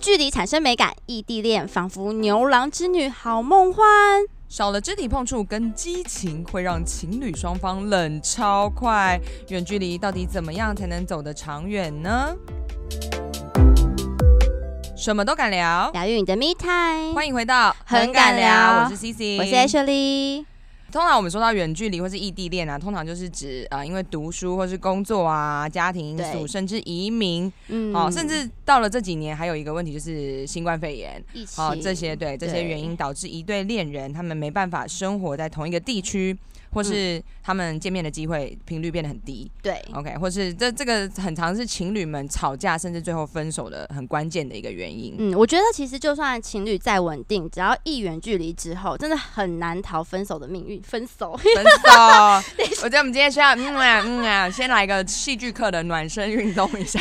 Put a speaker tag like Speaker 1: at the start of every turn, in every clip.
Speaker 1: 距离产生美感，异地恋仿佛牛郎织女好梦幻。
Speaker 2: 少了肢体碰触跟激情，会让情侣双方冷超快。远距离到底怎么样才能走得长远呢？什么都敢聊，
Speaker 1: 疗愈你的 me time，
Speaker 2: 欢迎回到
Speaker 1: 很敢聊
Speaker 2: 我是 C C，
Speaker 1: 我是 Ashley。
Speaker 2: 通常我们说到远距离或是异地恋啊，通常就是指啊、呃因为读书或是工作啊、家庭因素，
Speaker 1: 对
Speaker 2: 甚至移民
Speaker 1: 嗯
Speaker 2: 哦，甚至到了这几年，还有一个问题就是新冠肺炎。
Speaker 1: 一起、
Speaker 2: 哦，这些对这些
Speaker 1: 对
Speaker 2: 原因导致一对恋人他们没办法生活在同一个地区，或是他们见面的机会频率变得很低。
Speaker 1: 对
Speaker 2: OK，或是这这个很常是情侣们吵架甚至最后分手的很关键的一个原 因。
Speaker 1: 嗯，我觉得其实就算情侣再稳定，只要一远距离之后，真的很难逃分手的命运。分手，
Speaker 2: 分手，我觉得我们今天需要嗯啊嗯啊，先来个戏剧课的暖身运动一下。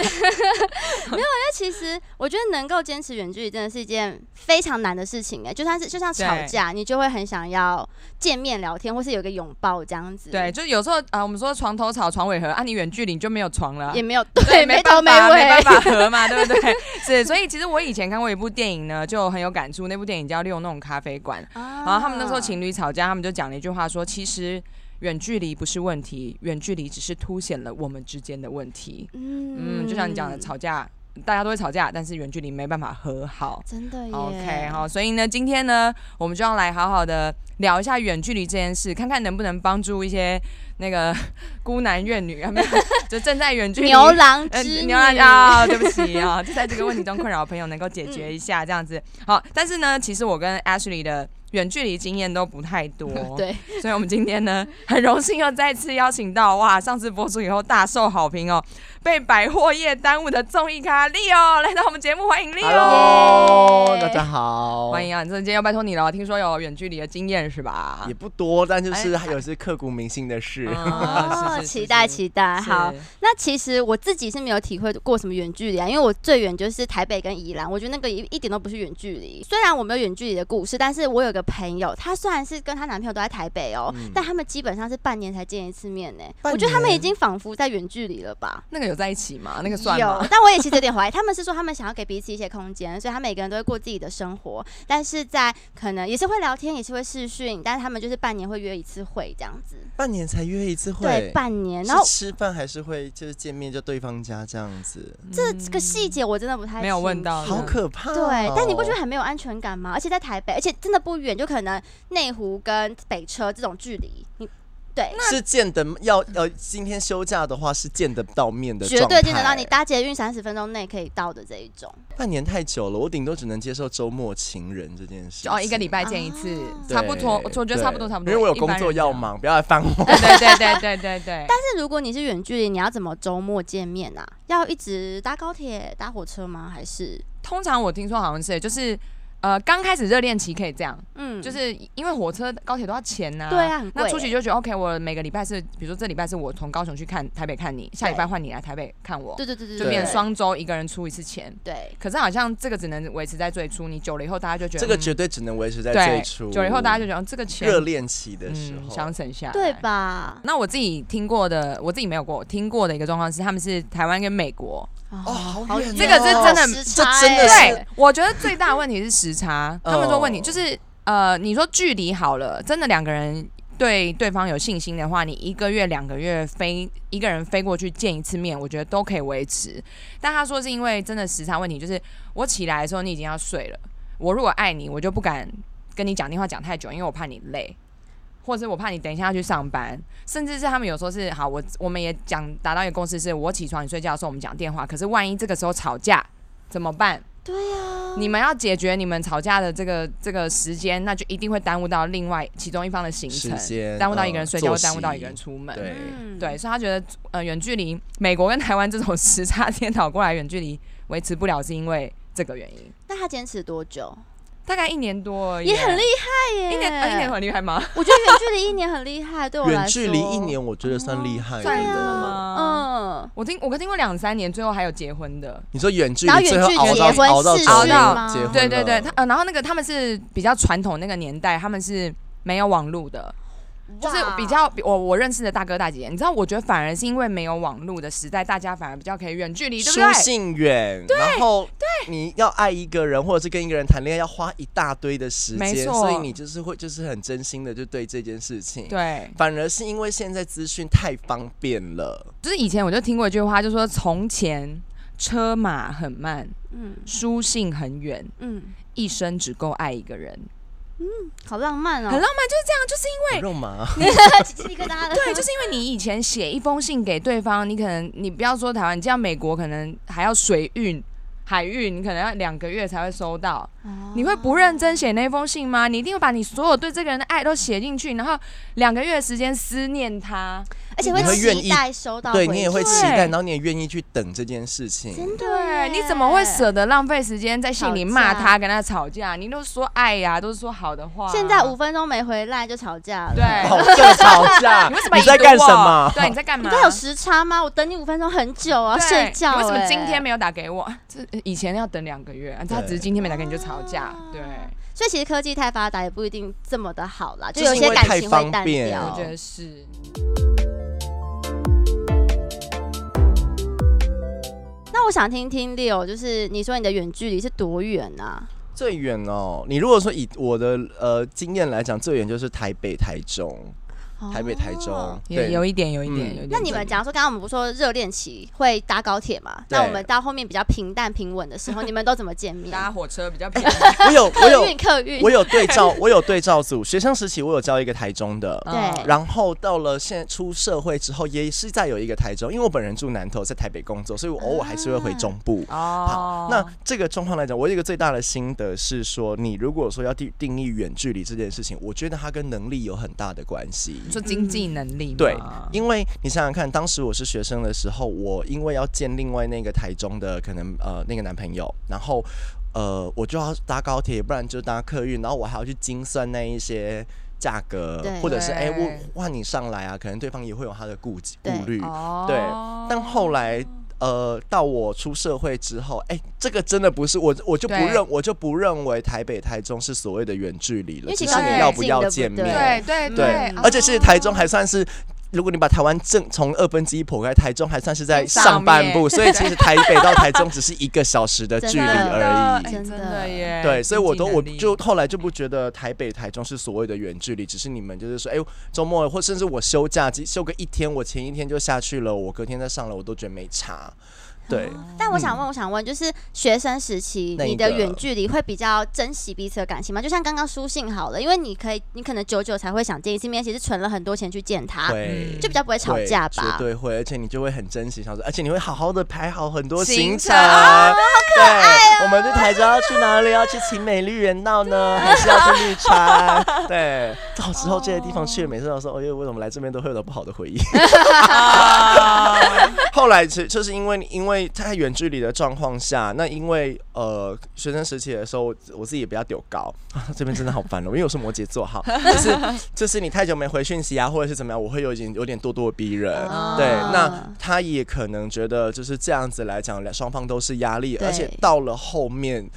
Speaker 1: 那其实我觉得能够坚持远距离真的是一件非常难的事情哎，就算是就像吵
Speaker 2: 对
Speaker 1: 架，你就会很想要见面聊天，或是有个拥抱这样子。
Speaker 2: 对，就是有时候啊、我们说床头吵，床尾和啊，你远距离你就没有床了啊、
Speaker 1: 也没有
Speaker 2: 对，
Speaker 1: 对
Speaker 2: 没
Speaker 1: 头
Speaker 2: 办法，没办
Speaker 1: 尾。
Speaker 2: 法合嘛，对不对？是，所以其实我以前看过一部电影呢，就很有感触。那部电影叫《六弄咖啡馆》，
Speaker 1: 然
Speaker 2: 然后他们那
Speaker 1: 啊
Speaker 2: 时候情侣吵架，他们就讲了一句话说，其实远距离不是问题，远距离只是凸显了我们之间的问题。
Speaker 1: 嗯
Speaker 2: 嗯，就像你讲的，吵架大家都会吵架，但是远距离没办法和好。
Speaker 1: 真的耶
Speaker 2: OK，好，所以呢，今天呢，我们就要来好好的聊一下远距离这件事，看看能不能帮助一些那个 孤男怨女，啊，没有，就正在远距 离
Speaker 1: 牛郎
Speaker 2: 呃，
Speaker 1: 织女，，，
Speaker 2: 你要啊、对不起啊、就在这个问题中困扰的朋友能够解决一下，这样子好。但是呢，其实我跟 Ashley 的远距离经验都不太多
Speaker 1: 对，
Speaker 2: 所以我们今天呢，很荣幸又再次邀请到哇，上次播出以后大受好评哦，被百货业耽误的综艺咖 Leo 来到我们节目，欢迎
Speaker 3: Hello，
Speaker 2: 哦
Speaker 1: 耶
Speaker 3: 大家好，
Speaker 2: 哎欢。迎啊！这今天要拜托你了，听说有远距离的经验是吧
Speaker 3: 也？不多，但就是
Speaker 2: 哎
Speaker 3: 还有是刻骨铭心的事。
Speaker 2: 啊
Speaker 1: 哦，期待期待。好，，那其实我自己是没有体会过什么远距离啊，因为我最远就是台北跟宜兰，我觉得那个一一点都不是远距离。虽然我没有远距离的故事，但是我有个朋友，她虽然是跟她男朋友都在台北哦，
Speaker 3: 嗯
Speaker 1: 但他们基本上是半年才见一次面呢。
Speaker 3: 半
Speaker 1: 我觉得他们已
Speaker 3: 年
Speaker 1: 经仿佛在远距离了吧。
Speaker 2: 那个有在一起吗？那个算吗
Speaker 1: 有？，但我也其实有点怀疑，他们是说他们想要给彼此一些空间，所以他每个人都会过自己的生活，但是在可能也是会聊天，也是会视讯，但是他们就是半年会约一次会这样子，
Speaker 3: 半年才约一次会，
Speaker 1: 对，半年。
Speaker 3: 是
Speaker 1: 然后
Speaker 3: 吃饭还是会就是见面，就对方家这样子，
Speaker 1: 这这个细节我真的不太
Speaker 2: 没有问
Speaker 1: 清
Speaker 2: 到
Speaker 1: 楚
Speaker 3: 好可怕、哦。
Speaker 1: 对，但你不觉得很没有安全感吗？而且在台北，而且真的不远，就可能内湖跟北车这种距离，你对，
Speaker 3: 是见得要呃，今天休假的话是见得到面的，
Speaker 1: 绝对见得到你。搭捷运三十分钟内可以到的这一种。
Speaker 3: 半年太久了，我顶多只能接受周末情人这件事情。
Speaker 2: 哦，一个礼拜见一次，
Speaker 3: 对
Speaker 2: 差不多，我我觉得差不多，
Speaker 3: 啊对
Speaker 2: 差不多。
Speaker 3: 因为我有
Speaker 2: 一般
Speaker 3: 工
Speaker 2: 人
Speaker 3: 作要
Speaker 2: 这样。
Speaker 3: 忙，不要来烦我。
Speaker 2: 对对对对对对
Speaker 1: 但是如果你是远距离，你要怎么周末见面啊？要一直搭高铁、搭火车吗？还是
Speaker 2: 通常我听说好像是，就是呃，刚开始热恋期可以这样，
Speaker 1: 嗯，
Speaker 2: 就是因为火车、高铁都要钱呐、
Speaker 1: 对啊很贵
Speaker 2: 那初期就觉得 OK，我每个礼拜是，比如说这礼拜是我从高雄去看台北看你，下礼拜换你来台北看我，
Speaker 1: 对对对对，
Speaker 2: 就
Speaker 1: 欸对
Speaker 2: 变成双周一个人出一次钱。
Speaker 1: 对。
Speaker 2: 可是好像这个只能维持在最初，你久了以后大家就觉得
Speaker 3: 这个
Speaker 2: 嗯
Speaker 3: 绝对只能维持在最
Speaker 2: 对，
Speaker 3: 初。
Speaker 2: 久了以后大家就觉得嗯这个钱
Speaker 3: 热恋期的时
Speaker 2: 嗯
Speaker 3: 候，
Speaker 2: 想省下来，
Speaker 1: 对吧？
Speaker 2: 那我自己听过的，我自己没有过我听过的一个状况是，他们是台湾跟美国。
Speaker 1: 啊
Speaker 3: 哦好远哦
Speaker 2: 这个是真的
Speaker 1: 时差
Speaker 3: 这真的
Speaker 1: 欸
Speaker 3: 是
Speaker 2: 对，我觉得最大的问题是时 差。他们说问你
Speaker 3: 哦
Speaker 2: 就是呃，你说距离好了，真的两个人对对方有信心的话，你一个月、两个月飞一个人飞过去见一次面，我觉得都可以维持。但他说是因为真的时差问题，就是我起来的时候你已经要睡了，我如果爱你，我就不敢跟你讲电话讲太久，因为我怕你累。或者我怕你等一下要去上班，甚至是他们有时候是好，我我们也讲达到一个共识是，我起床你睡觉的时候我们讲电话，可是万一这个时候吵架怎么办？
Speaker 1: 对啊，
Speaker 2: 你们要解决你们吵架的这个这个时间，那就一定会耽误到另外其中一方的行程
Speaker 3: 时，间
Speaker 2: 耽误到一个人睡觉，
Speaker 3: 嗯
Speaker 2: 或耽误到
Speaker 3: 作息
Speaker 2: 一个人出门。
Speaker 3: 对
Speaker 1: 嗯
Speaker 2: 对，所以他觉得呃，远距离美国跟台湾这种时差颠倒过来，远距离维持不了，是因为这个原因。
Speaker 1: 那他坚持多久？
Speaker 2: 大概一年多而已，
Speaker 1: 也很厉害耶！
Speaker 2: 一年、呃一年很厉害吗？
Speaker 1: 我觉得远距离一年很厉害，对我
Speaker 3: 远
Speaker 1: 来说，
Speaker 3: 距离一年，我觉得算厉害
Speaker 2: 算
Speaker 1: 对
Speaker 2: 真的
Speaker 1: 啊
Speaker 3: 的。
Speaker 2: 吗？
Speaker 1: 嗯，
Speaker 2: 我听我听过两三年，最后还有结婚的。
Speaker 3: 你说远距
Speaker 1: 然后
Speaker 3: 离
Speaker 1: 远
Speaker 3: 最后
Speaker 1: 距
Speaker 3: 熬
Speaker 1: 结
Speaker 3: 到
Speaker 1: 婚
Speaker 3: 熬到
Speaker 1: 是
Speaker 3: 九
Speaker 2: 熬
Speaker 3: 年
Speaker 2: 到
Speaker 3: 结婚
Speaker 2: 对对
Speaker 3: 了
Speaker 2: 对，他呃，然后那个他们是比较传统那个年代，他们是没有网络的，就是比较比我我认识的大哥大姐姐，你知道，我觉得反而是因为没有网络的时代，大家反而比较可以远距离，对不
Speaker 3: 书
Speaker 2: 对？
Speaker 3: 信远，然后你要爱一个人，或者是跟一个人谈恋爱，要花一大堆的时
Speaker 2: 没
Speaker 3: 间，
Speaker 2: 错
Speaker 3: 所以你就是会就是很真心的就对这件事情。
Speaker 2: 对，
Speaker 3: 反而是因为现在资讯太方便了，
Speaker 2: 就是以前我就听过一句话，就说从前车马很慢，
Speaker 1: 嗯
Speaker 2: 书信很远，
Speaker 1: 嗯，
Speaker 2: 一生只够爱一个人，
Speaker 1: 好浪漫
Speaker 2: 很
Speaker 1: 哦，
Speaker 2: 浪漫，就是这样，就是因为。
Speaker 3: 很肉麻。
Speaker 1: 鸡皮疙瘩了。
Speaker 2: 对，就是因为你以前写一封信给对方，你可能你不要说台湾，你像美国可能还要水运、海运，你可能要两个月才会收到。
Speaker 1: 哦
Speaker 2: 你会不认真写那封信吗？你一定会把你所有对这个人的爱都写进去，然后两个月的时间思念他。
Speaker 1: 而且
Speaker 3: 你会愿
Speaker 1: 期
Speaker 3: 意
Speaker 1: 待收到回
Speaker 3: 对
Speaker 1: 应，
Speaker 3: 你也会
Speaker 2: 对
Speaker 3: 期待，然后你也愿意去等这件事情。
Speaker 1: 真的耶
Speaker 2: 对，你怎么会？舍得浪费时间在信里骂
Speaker 1: 吵架
Speaker 2: 他、跟他吵架？你都说爱呀、都是说好的话。
Speaker 1: 现在五分钟没回来就吵架了。
Speaker 2: 啊对，啊
Speaker 3: 好，更吵架，
Speaker 2: 你为什么
Speaker 3: 你在
Speaker 2: 已读
Speaker 3: 干什
Speaker 2: 我
Speaker 3: 么？
Speaker 2: 对，你在干嘛？
Speaker 1: 你都有时差吗？我等你五分钟很久啊，
Speaker 2: 对
Speaker 1: 睡觉、
Speaker 2: 你
Speaker 1: 欸。
Speaker 2: 为什么今天没有打给我？啊这以前要等两个月，啊他
Speaker 3: 对
Speaker 2: 只是今天没打给你就吵架。对，
Speaker 1: 所以其实科技太发达也不一定这么的好啦，就
Speaker 3: 就是
Speaker 1: 有
Speaker 3: 因
Speaker 1: 些
Speaker 3: 为
Speaker 1: 感
Speaker 3: 太
Speaker 1: 情
Speaker 3: 方
Speaker 1: 会淡
Speaker 3: 便
Speaker 2: 我
Speaker 1: 掉
Speaker 2: 觉。得是。
Speaker 1: 那我想听听 Leo，就是你说你的远距离是多远啊？
Speaker 3: 最远哦，你如果说以我的呃经验来讲，最远就是台北、台中、台北、台
Speaker 1: 哦
Speaker 3: 中，
Speaker 2: 也
Speaker 3: 对，
Speaker 2: 有一点，有一点，
Speaker 3: 嗯
Speaker 2: 有一点。
Speaker 1: 那你们假如说，刚刚我们不是说热恋期会搭高铁嘛？
Speaker 3: 对
Speaker 1: 那我们到后面比较平淡平稳的时 候，你们都怎么见面？
Speaker 2: 搭火车比较便宜，
Speaker 3: 我有我
Speaker 1: 客
Speaker 3: 有
Speaker 1: 运，客运
Speaker 3: 我。有对照，我有对照组。学生时期我有教一个台中的，
Speaker 2: 哦
Speaker 1: 对
Speaker 3: 然后到了现在出社会之后，也是在有一个台中，因为我本人住南投，在台北工作，所以我偶尔还是会回中部。
Speaker 2: 哦
Speaker 3: 好，那这个状况来讲，我有一个最大的心得是说，你如果说要定定义远距离这件事情，我觉得它跟能力有很大的关系。
Speaker 2: 就经济能力嘛
Speaker 3: 对，
Speaker 1: 啊
Speaker 3: 因为你想想看，当时我是学生的时候，我因为要见另外那个台中的可能呃那个男朋友，然后呃我就要搭高铁，不然就搭客运，然后我还要去精算那一些价格
Speaker 1: 对，
Speaker 3: 或者是哎、
Speaker 2: 对
Speaker 3: 我换你上来啊，可能对方也会有他的顾忌
Speaker 1: 对
Speaker 3: 顾虑。
Speaker 2: 哦
Speaker 3: 对但后来呃到我出社会之后，哎、这个真的不是我我就不
Speaker 2: 对
Speaker 3: 认我就不认为台北台中是所谓的远距离
Speaker 1: 因
Speaker 3: 了，
Speaker 1: 为
Speaker 3: 只
Speaker 1: 其
Speaker 3: 是
Speaker 1: 实
Speaker 2: 高铁
Speaker 3: 你要
Speaker 1: 很
Speaker 3: 不
Speaker 1: 近
Speaker 3: 要
Speaker 1: 对不
Speaker 3: 见
Speaker 1: 对
Speaker 3: 面。
Speaker 2: 对对
Speaker 3: 对哦
Speaker 1: 嗯，
Speaker 3: 而且是台中还算是。如果你把台湾正从二分之一剖开，台中还算是在上半部，
Speaker 2: 上
Speaker 3: 所以其实台北到台中只是一个小时的距离
Speaker 1: 真
Speaker 3: 而已。
Speaker 1: 真
Speaker 2: 真
Speaker 1: 的
Speaker 2: 的耶，
Speaker 3: 对，所以我都我
Speaker 2: 经济能力
Speaker 3: 就后来就不觉得台北、台中是所谓的远距离，只是你们就是说，哎、周末或甚至我休假休个一天，我前一天就下去了，我隔天再上了，我都觉得没差。对，
Speaker 1: 但我想问，我想问，就是学生时期
Speaker 3: 嗯那一
Speaker 1: 你的
Speaker 3: 个
Speaker 1: 远距离会比较珍惜彼此的感情吗？就像刚刚书信好了，因为你可以，你可能久久才会想见一次面，其实存了很多钱去见他，
Speaker 3: 会、
Speaker 1: 就比较不会吵
Speaker 3: 会
Speaker 1: 架吧
Speaker 3: 绝？对会，而且你就会很珍惜，想说，而且你会好好的排好很多
Speaker 2: 行
Speaker 3: 行
Speaker 2: 程
Speaker 3: 程。
Speaker 2: 啊
Speaker 3: 对，我们去台中要去哪里？要去晴美绿园道呢，还是要去绿川？对，到时候这些地方去了，每次都说，哎呦，为什么来这边都会有种不好的回忆？啊 后来其实就是因为因为太远距离的状况下，那因为呃学生时期的时候，我我自己也比较丢高 啊，这边真的好烦哦，因为我是摩羯座哈，就是就是你太久没回讯息啊，或者是怎么样，我会有点有点咄咄逼人。
Speaker 1: 啊
Speaker 3: 对，那他也可能觉得就是这样子来讲，两双方都是压力，
Speaker 1: 对
Speaker 3: 而且到了后面。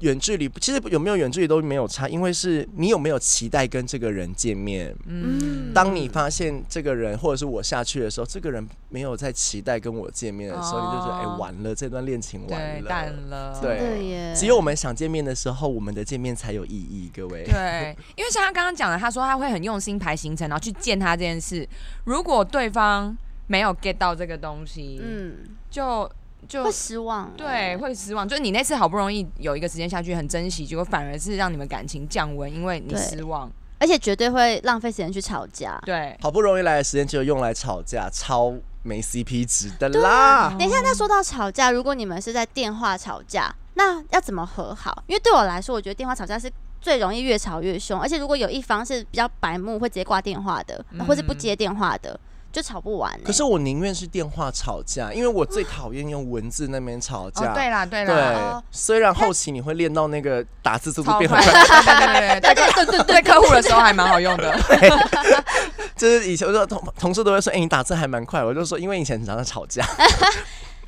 Speaker 3: 远距离其实有没有远距离都没有差，因为是你有没有期待跟这个人见面。
Speaker 1: 嗯，
Speaker 3: 当你发现这个人或者是我下去的时候，这个人没有在期待跟我见面的时候，
Speaker 2: 哦
Speaker 3: 你就觉得哎、完了，这段恋情完
Speaker 2: 对淡
Speaker 3: 了。
Speaker 2: 了，
Speaker 3: 对
Speaker 1: 对耶，
Speaker 3: 只有我们想见面的时候，我们的见面才有意义，各位。
Speaker 2: 对，因为像他刚刚讲的，他说他会很用心排行程，然后去见他这件事。如果对方没有 get 到这个东西，
Speaker 1: 嗯，
Speaker 2: 就就
Speaker 1: 会失望，欸
Speaker 2: 对会失望。就是你那次好不容易有一个时间下去，很珍惜，结果反而是让你们感情降温，因为你
Speaker 1: 对
Speaker 2: 失望。
Speaker 1: 而且绝对会浪费时间去吵架。
Speaker 2: 对，
Speaker 3: 好不容易来的时间就用来吵架，超没 CP 值的啦。
Speaker 1: 等一下，那说到吵架，如果你们是在电话吵架，那要怎么和好？因为对我来说，我觉得电话吵架是最容易越吵越凶，而且如果有一方是比较白目，会直接挂电话的，
Speaker 2: 嗯
Speaker 1: 或是不接电话的，就吵不完、欸。
Speaker 3: 可是我宁愿是电话吵架，因为我最讨厌用文字那边吵架。
Speaker 2: 哦，对啦，对
Speaker 3: 对
Speaker 2: 啦，
Speaker 1: 哦
Speaker 3: 虽然后期你会练到那个打字速度
Speaker 2: 超
Speaker 3: 变很
Speaker 2: 快，
Speaker 3: 快，
Speaker 2: 对对对对对对对，对客户的时候还蛮好用的。
Speaker 3: 就是以前我就同同事都会说，哎、你打字还蛮快。我就说，因为以前很常常吵架。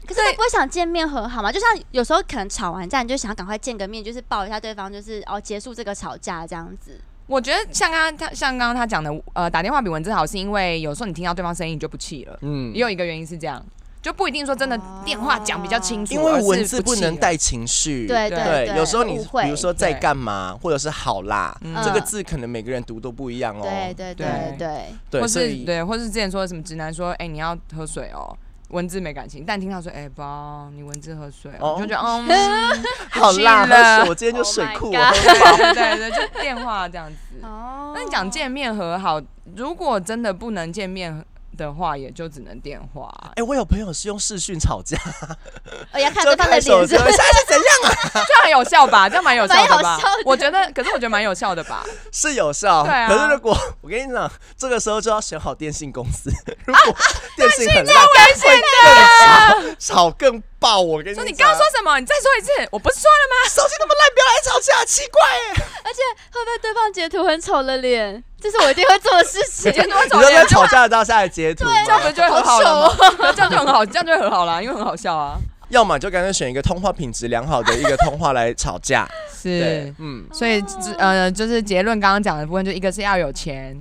Speaker 1: 可是不会想见面和好吗？就像有时候可能吵完架，你就想要赶快见个面，就是抱一下对方，就是哦结束这个吵架这样子。
Speaker 2: 我觉得像刚刚他像刚刚他讲的，呃，打电话比文字好，是因为有时候你听到对方声音你就不气了，
Speaker 3: 嗯
Speaker 2: 也有一个原因是这样，就不一定说真的
Speaker 1: 哦
Speaker 2: 电话讲比较清楚，
Speaker 3: 因为文
Speaker 2: 而
Speaker 3: 字
Speaker 2: 是
Speaker 3: 不
Speaker 2: 气
Speaker 3: 能
Speaker 2: 了
Speaker 3: 带情绪，
Speaker 1: 对
Speaker 2: 对
Speaker 3: 对，有时候你
Speaker 1: 误会
Speaker 3: 比如说在
Speaker 2: 对
Speaker 3: 干嘛，或者是好啦，
Speaker 2: 嗯
Speaker 3: 这个字可能每个人读都不一样哦。
Speaker 1: 对对对
Speaker 2: 对
Speaker 1: 对，
Speaker 3: 对，
Speaker 2: 或
Speaker 3: 所
Speaker 2: 是
Speaker 3: 以
Speaker 2: 对，或是之前说什么直男说，哎、你要喝水哦，文字没感情，但听到说，哎、宝，你文字喝水、哦，
Speaker 3: 哦
Speaker 2: 你就觉得，嗯，
Speaker 3: 好啦，
Speaker 2: 气了
Speaker 3: 喝水我今天就水库哦
Speaker 1: Oh my
Speaker 3: 了。
Speaker 1: God
Speaker 2: 对对对，就电话这样子。
Speaker 1: 哦
Speaker 2: 那你讲见面和好，如果真的不能见面的话，也就只能电话。
Speaker 3: 哎，我有朋友是用视讯吵架，
Speaker 1: 哦，要看
Speaker 3: 就
Speaker 1: 对方的
Speaker 3: 开手
Speaker 1: 脸
Speaker 3: 机，
Speaker 1: 色
Speaker 3: 现。在是怎样啊？
Speaker 2: 这样很有效 吧？这样蛮有效的
Speaker 1: 蛮
Speaker 2: 吧
Speaker 1: 有效的？
Speaker 2: 我觉得，可是我觉得蛮有效的吧。
Speaker 3: 是有效，
Speaker 2: 对啊
Speaker 3: 可是如果我跟你讲，这个时候就要选好电信公司，
Speaker 2: 啊
Speaker 3: 如果电信很烂，会更吵，吵更爆。我跟你
Speaker 2: 说
Speaker 3: 讲，
Speaker 2: 啊你刚刚说什么？你再说一次，我不是说了 吗？
Speaker 3: 手机那么烂，不要来吵架，奇怪 哎。
Speaker 1: 而且会不会对方截图很丑的脸？这是我一定会做的事情。
Speaker 2: 截图很丑
Speaker 3: 你
Speaker 2: 的
Speaker 3: 说
Speaker 2: 脸
Speaker 3: 在，吵架的当下来截图吗，
Speaker 2: 这样不就会和好了吗？
Speaker 3: 哦
Speaker 2: 可是这样就很好，这样就会和好了，因为很好笑啊。
Speaker 3: 要么就干脆选一个通话品质良好的一个通话来吵 架。对，嗯，
Speaker 2: 所以只呃，就是结论刚刚讲的部分，就一个是要有钱，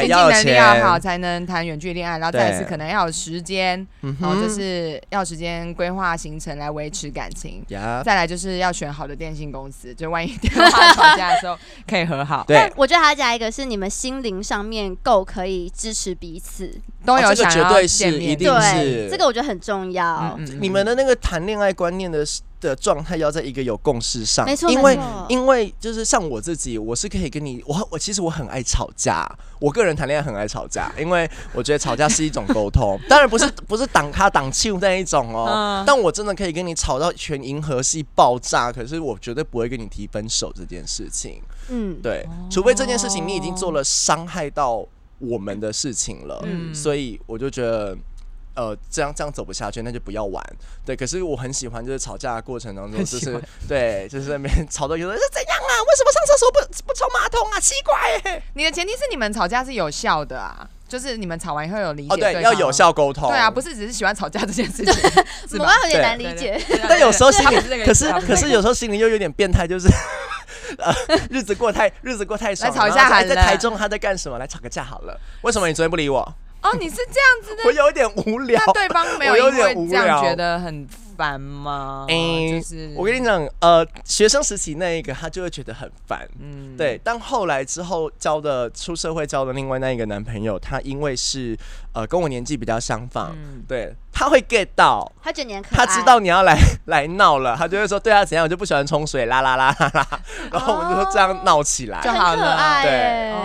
Speaker 2: 经济
Speaker 3: 要
Speaker 2: 能
Speaker 3: 有
Speaker 2: 力要好
Speaker 3: 钱，
Speaker 2: 才能谈远距恋爱，然后
Speaker 3: 对
Speaker 2: 再一次可能要有时间，
Speaker 3: 嗯
Speaker 2: 然后就是要有时间规划行程来维持感情。
Speaker 3: 呀，
Speaker 2: 再来就是要选好的电信公司，就万一电 话吵架的时候可以和好，
Speaker 3: 对，
Speaker 1: 我觉得还要加一个是你们心灵上面够可以支持彼此，
Speaker 2: 都有
Speaker 3: 哦这
Speaker 2: 想
Speaker 3: 个绝
Speaker 2: 要
Speaker 3: 对
Speaker 2: 见
Speaker 3: 是一
Speaker 2: 面。
Speaker 3: 定
Speaker 1: 对，
Speaker 3: 是
Speaker 1: 这个我觉得很重要。
Speaker 2: 嗯
Speaker 3: 你们的那个谈恋爱观念的的状态要在一个有共识上，
Speaker 1: 没错，
Speaker 3: 嗯因为
Speaker 1: 没错
Speaker 3: 因为就是像我自己，我是可以跟你，我我其实我很爱吵架，我个人谈恋爱很爱吵架，因为我觉得吵架是一种沟通， 当然不是不是挡咖挡气那一种哦
Speaker 2: 嗯，
Speaker 3: 但我真的可以跟你吵到全银河系爆炸，可是我绝对不会跟你提分手这件事情，
Speaker 1: 嗯，
Speaker 3: 对，除非这件事情你已经做了伤害到我们的事情了，
Speaker 2: 嗯
Speaker 3: 所以我就觉得。呃，这样这样走不下去，那就不要玩。对，可是我很喜欢，就是吵架的过程当中，
Speaker 2: 很
Speaker 3: 就
Speaker 2: 喜
Speaker 3: 是
Speaker 2: 欢
Speaker 3: 对，就是在那边 吵到有人是怎样啊？为什么上厕所不不冲马桶啊？奇怪、欸！
Speaker 2: 你的前提是你们吵架是有效的啊，就是你们吵完以后有理解
Speaker 3: 哦，对，
Speaker 2: 方
Speaker 3: 要有。效沟通。
Speaker 2: 对啊，不是只是喜欢吵架这件事情，是
Speaker 1: 我
Speaker 2: 吧
Speaker 1: 刚？刚有点难 理
Speaker 2: 对啊
Speaker 1: 解。。
Speaker 3: 但有时候心里，可是可是有
Speaker 2: 时
Speaker 3: 时候心里又有点变态，就是 呃，日子过太日子过太爽了，
Speaker 2: 来吵一下
Speaker 3: 然后在
Speaker 2: 好了
Speaker 3: 在台中他在干什么？来吵个架好了。为什么你昨天不理我？
Speaker 2: 哦，你是这样子
Speaker 3: 我
Speaker 2: 的，
Speaker 3: 有一点无聊。
Speaker 2: 那对方没
Speaker 3: 我有
Speaker 2: 因为
Speaker 3: 点无
Speaker 2: 这样
Speaker 3: 聊
Speaker 2: 觉得很烦吗？
Speaker 3: 诶
Speaker 2: 就是
Speaker 3: 我跟你讲，呃，学生时期那一个他就会觉得很烦，
Speaker 2: 嗯
Speaker 3: 对。但后来之后交的出社会交的另外那一个男朋友，他因为是呃跟我年纪比较相仿，
Speaker 2: 嗯
Speaker 3: 对，他会 get 到，
Speaker 1: 他觉得你很可
Speaker 3: 他
Speaker 1: 爱，
Speaker 3: 知道你要来 来闹了，他就会说对啊怎样，我就不喜欢冲水，啦啦啦啦 啦，然后我们就这样闹起来。
Speaker 2: 就
Speaker 1: 很
Speaker 2: 好
Speaker 1: 可
Speaker 2: 了
Speaker 1: 爱
Speaker 3: 对
Speaker 1: 耶。
Speaker 2: 哦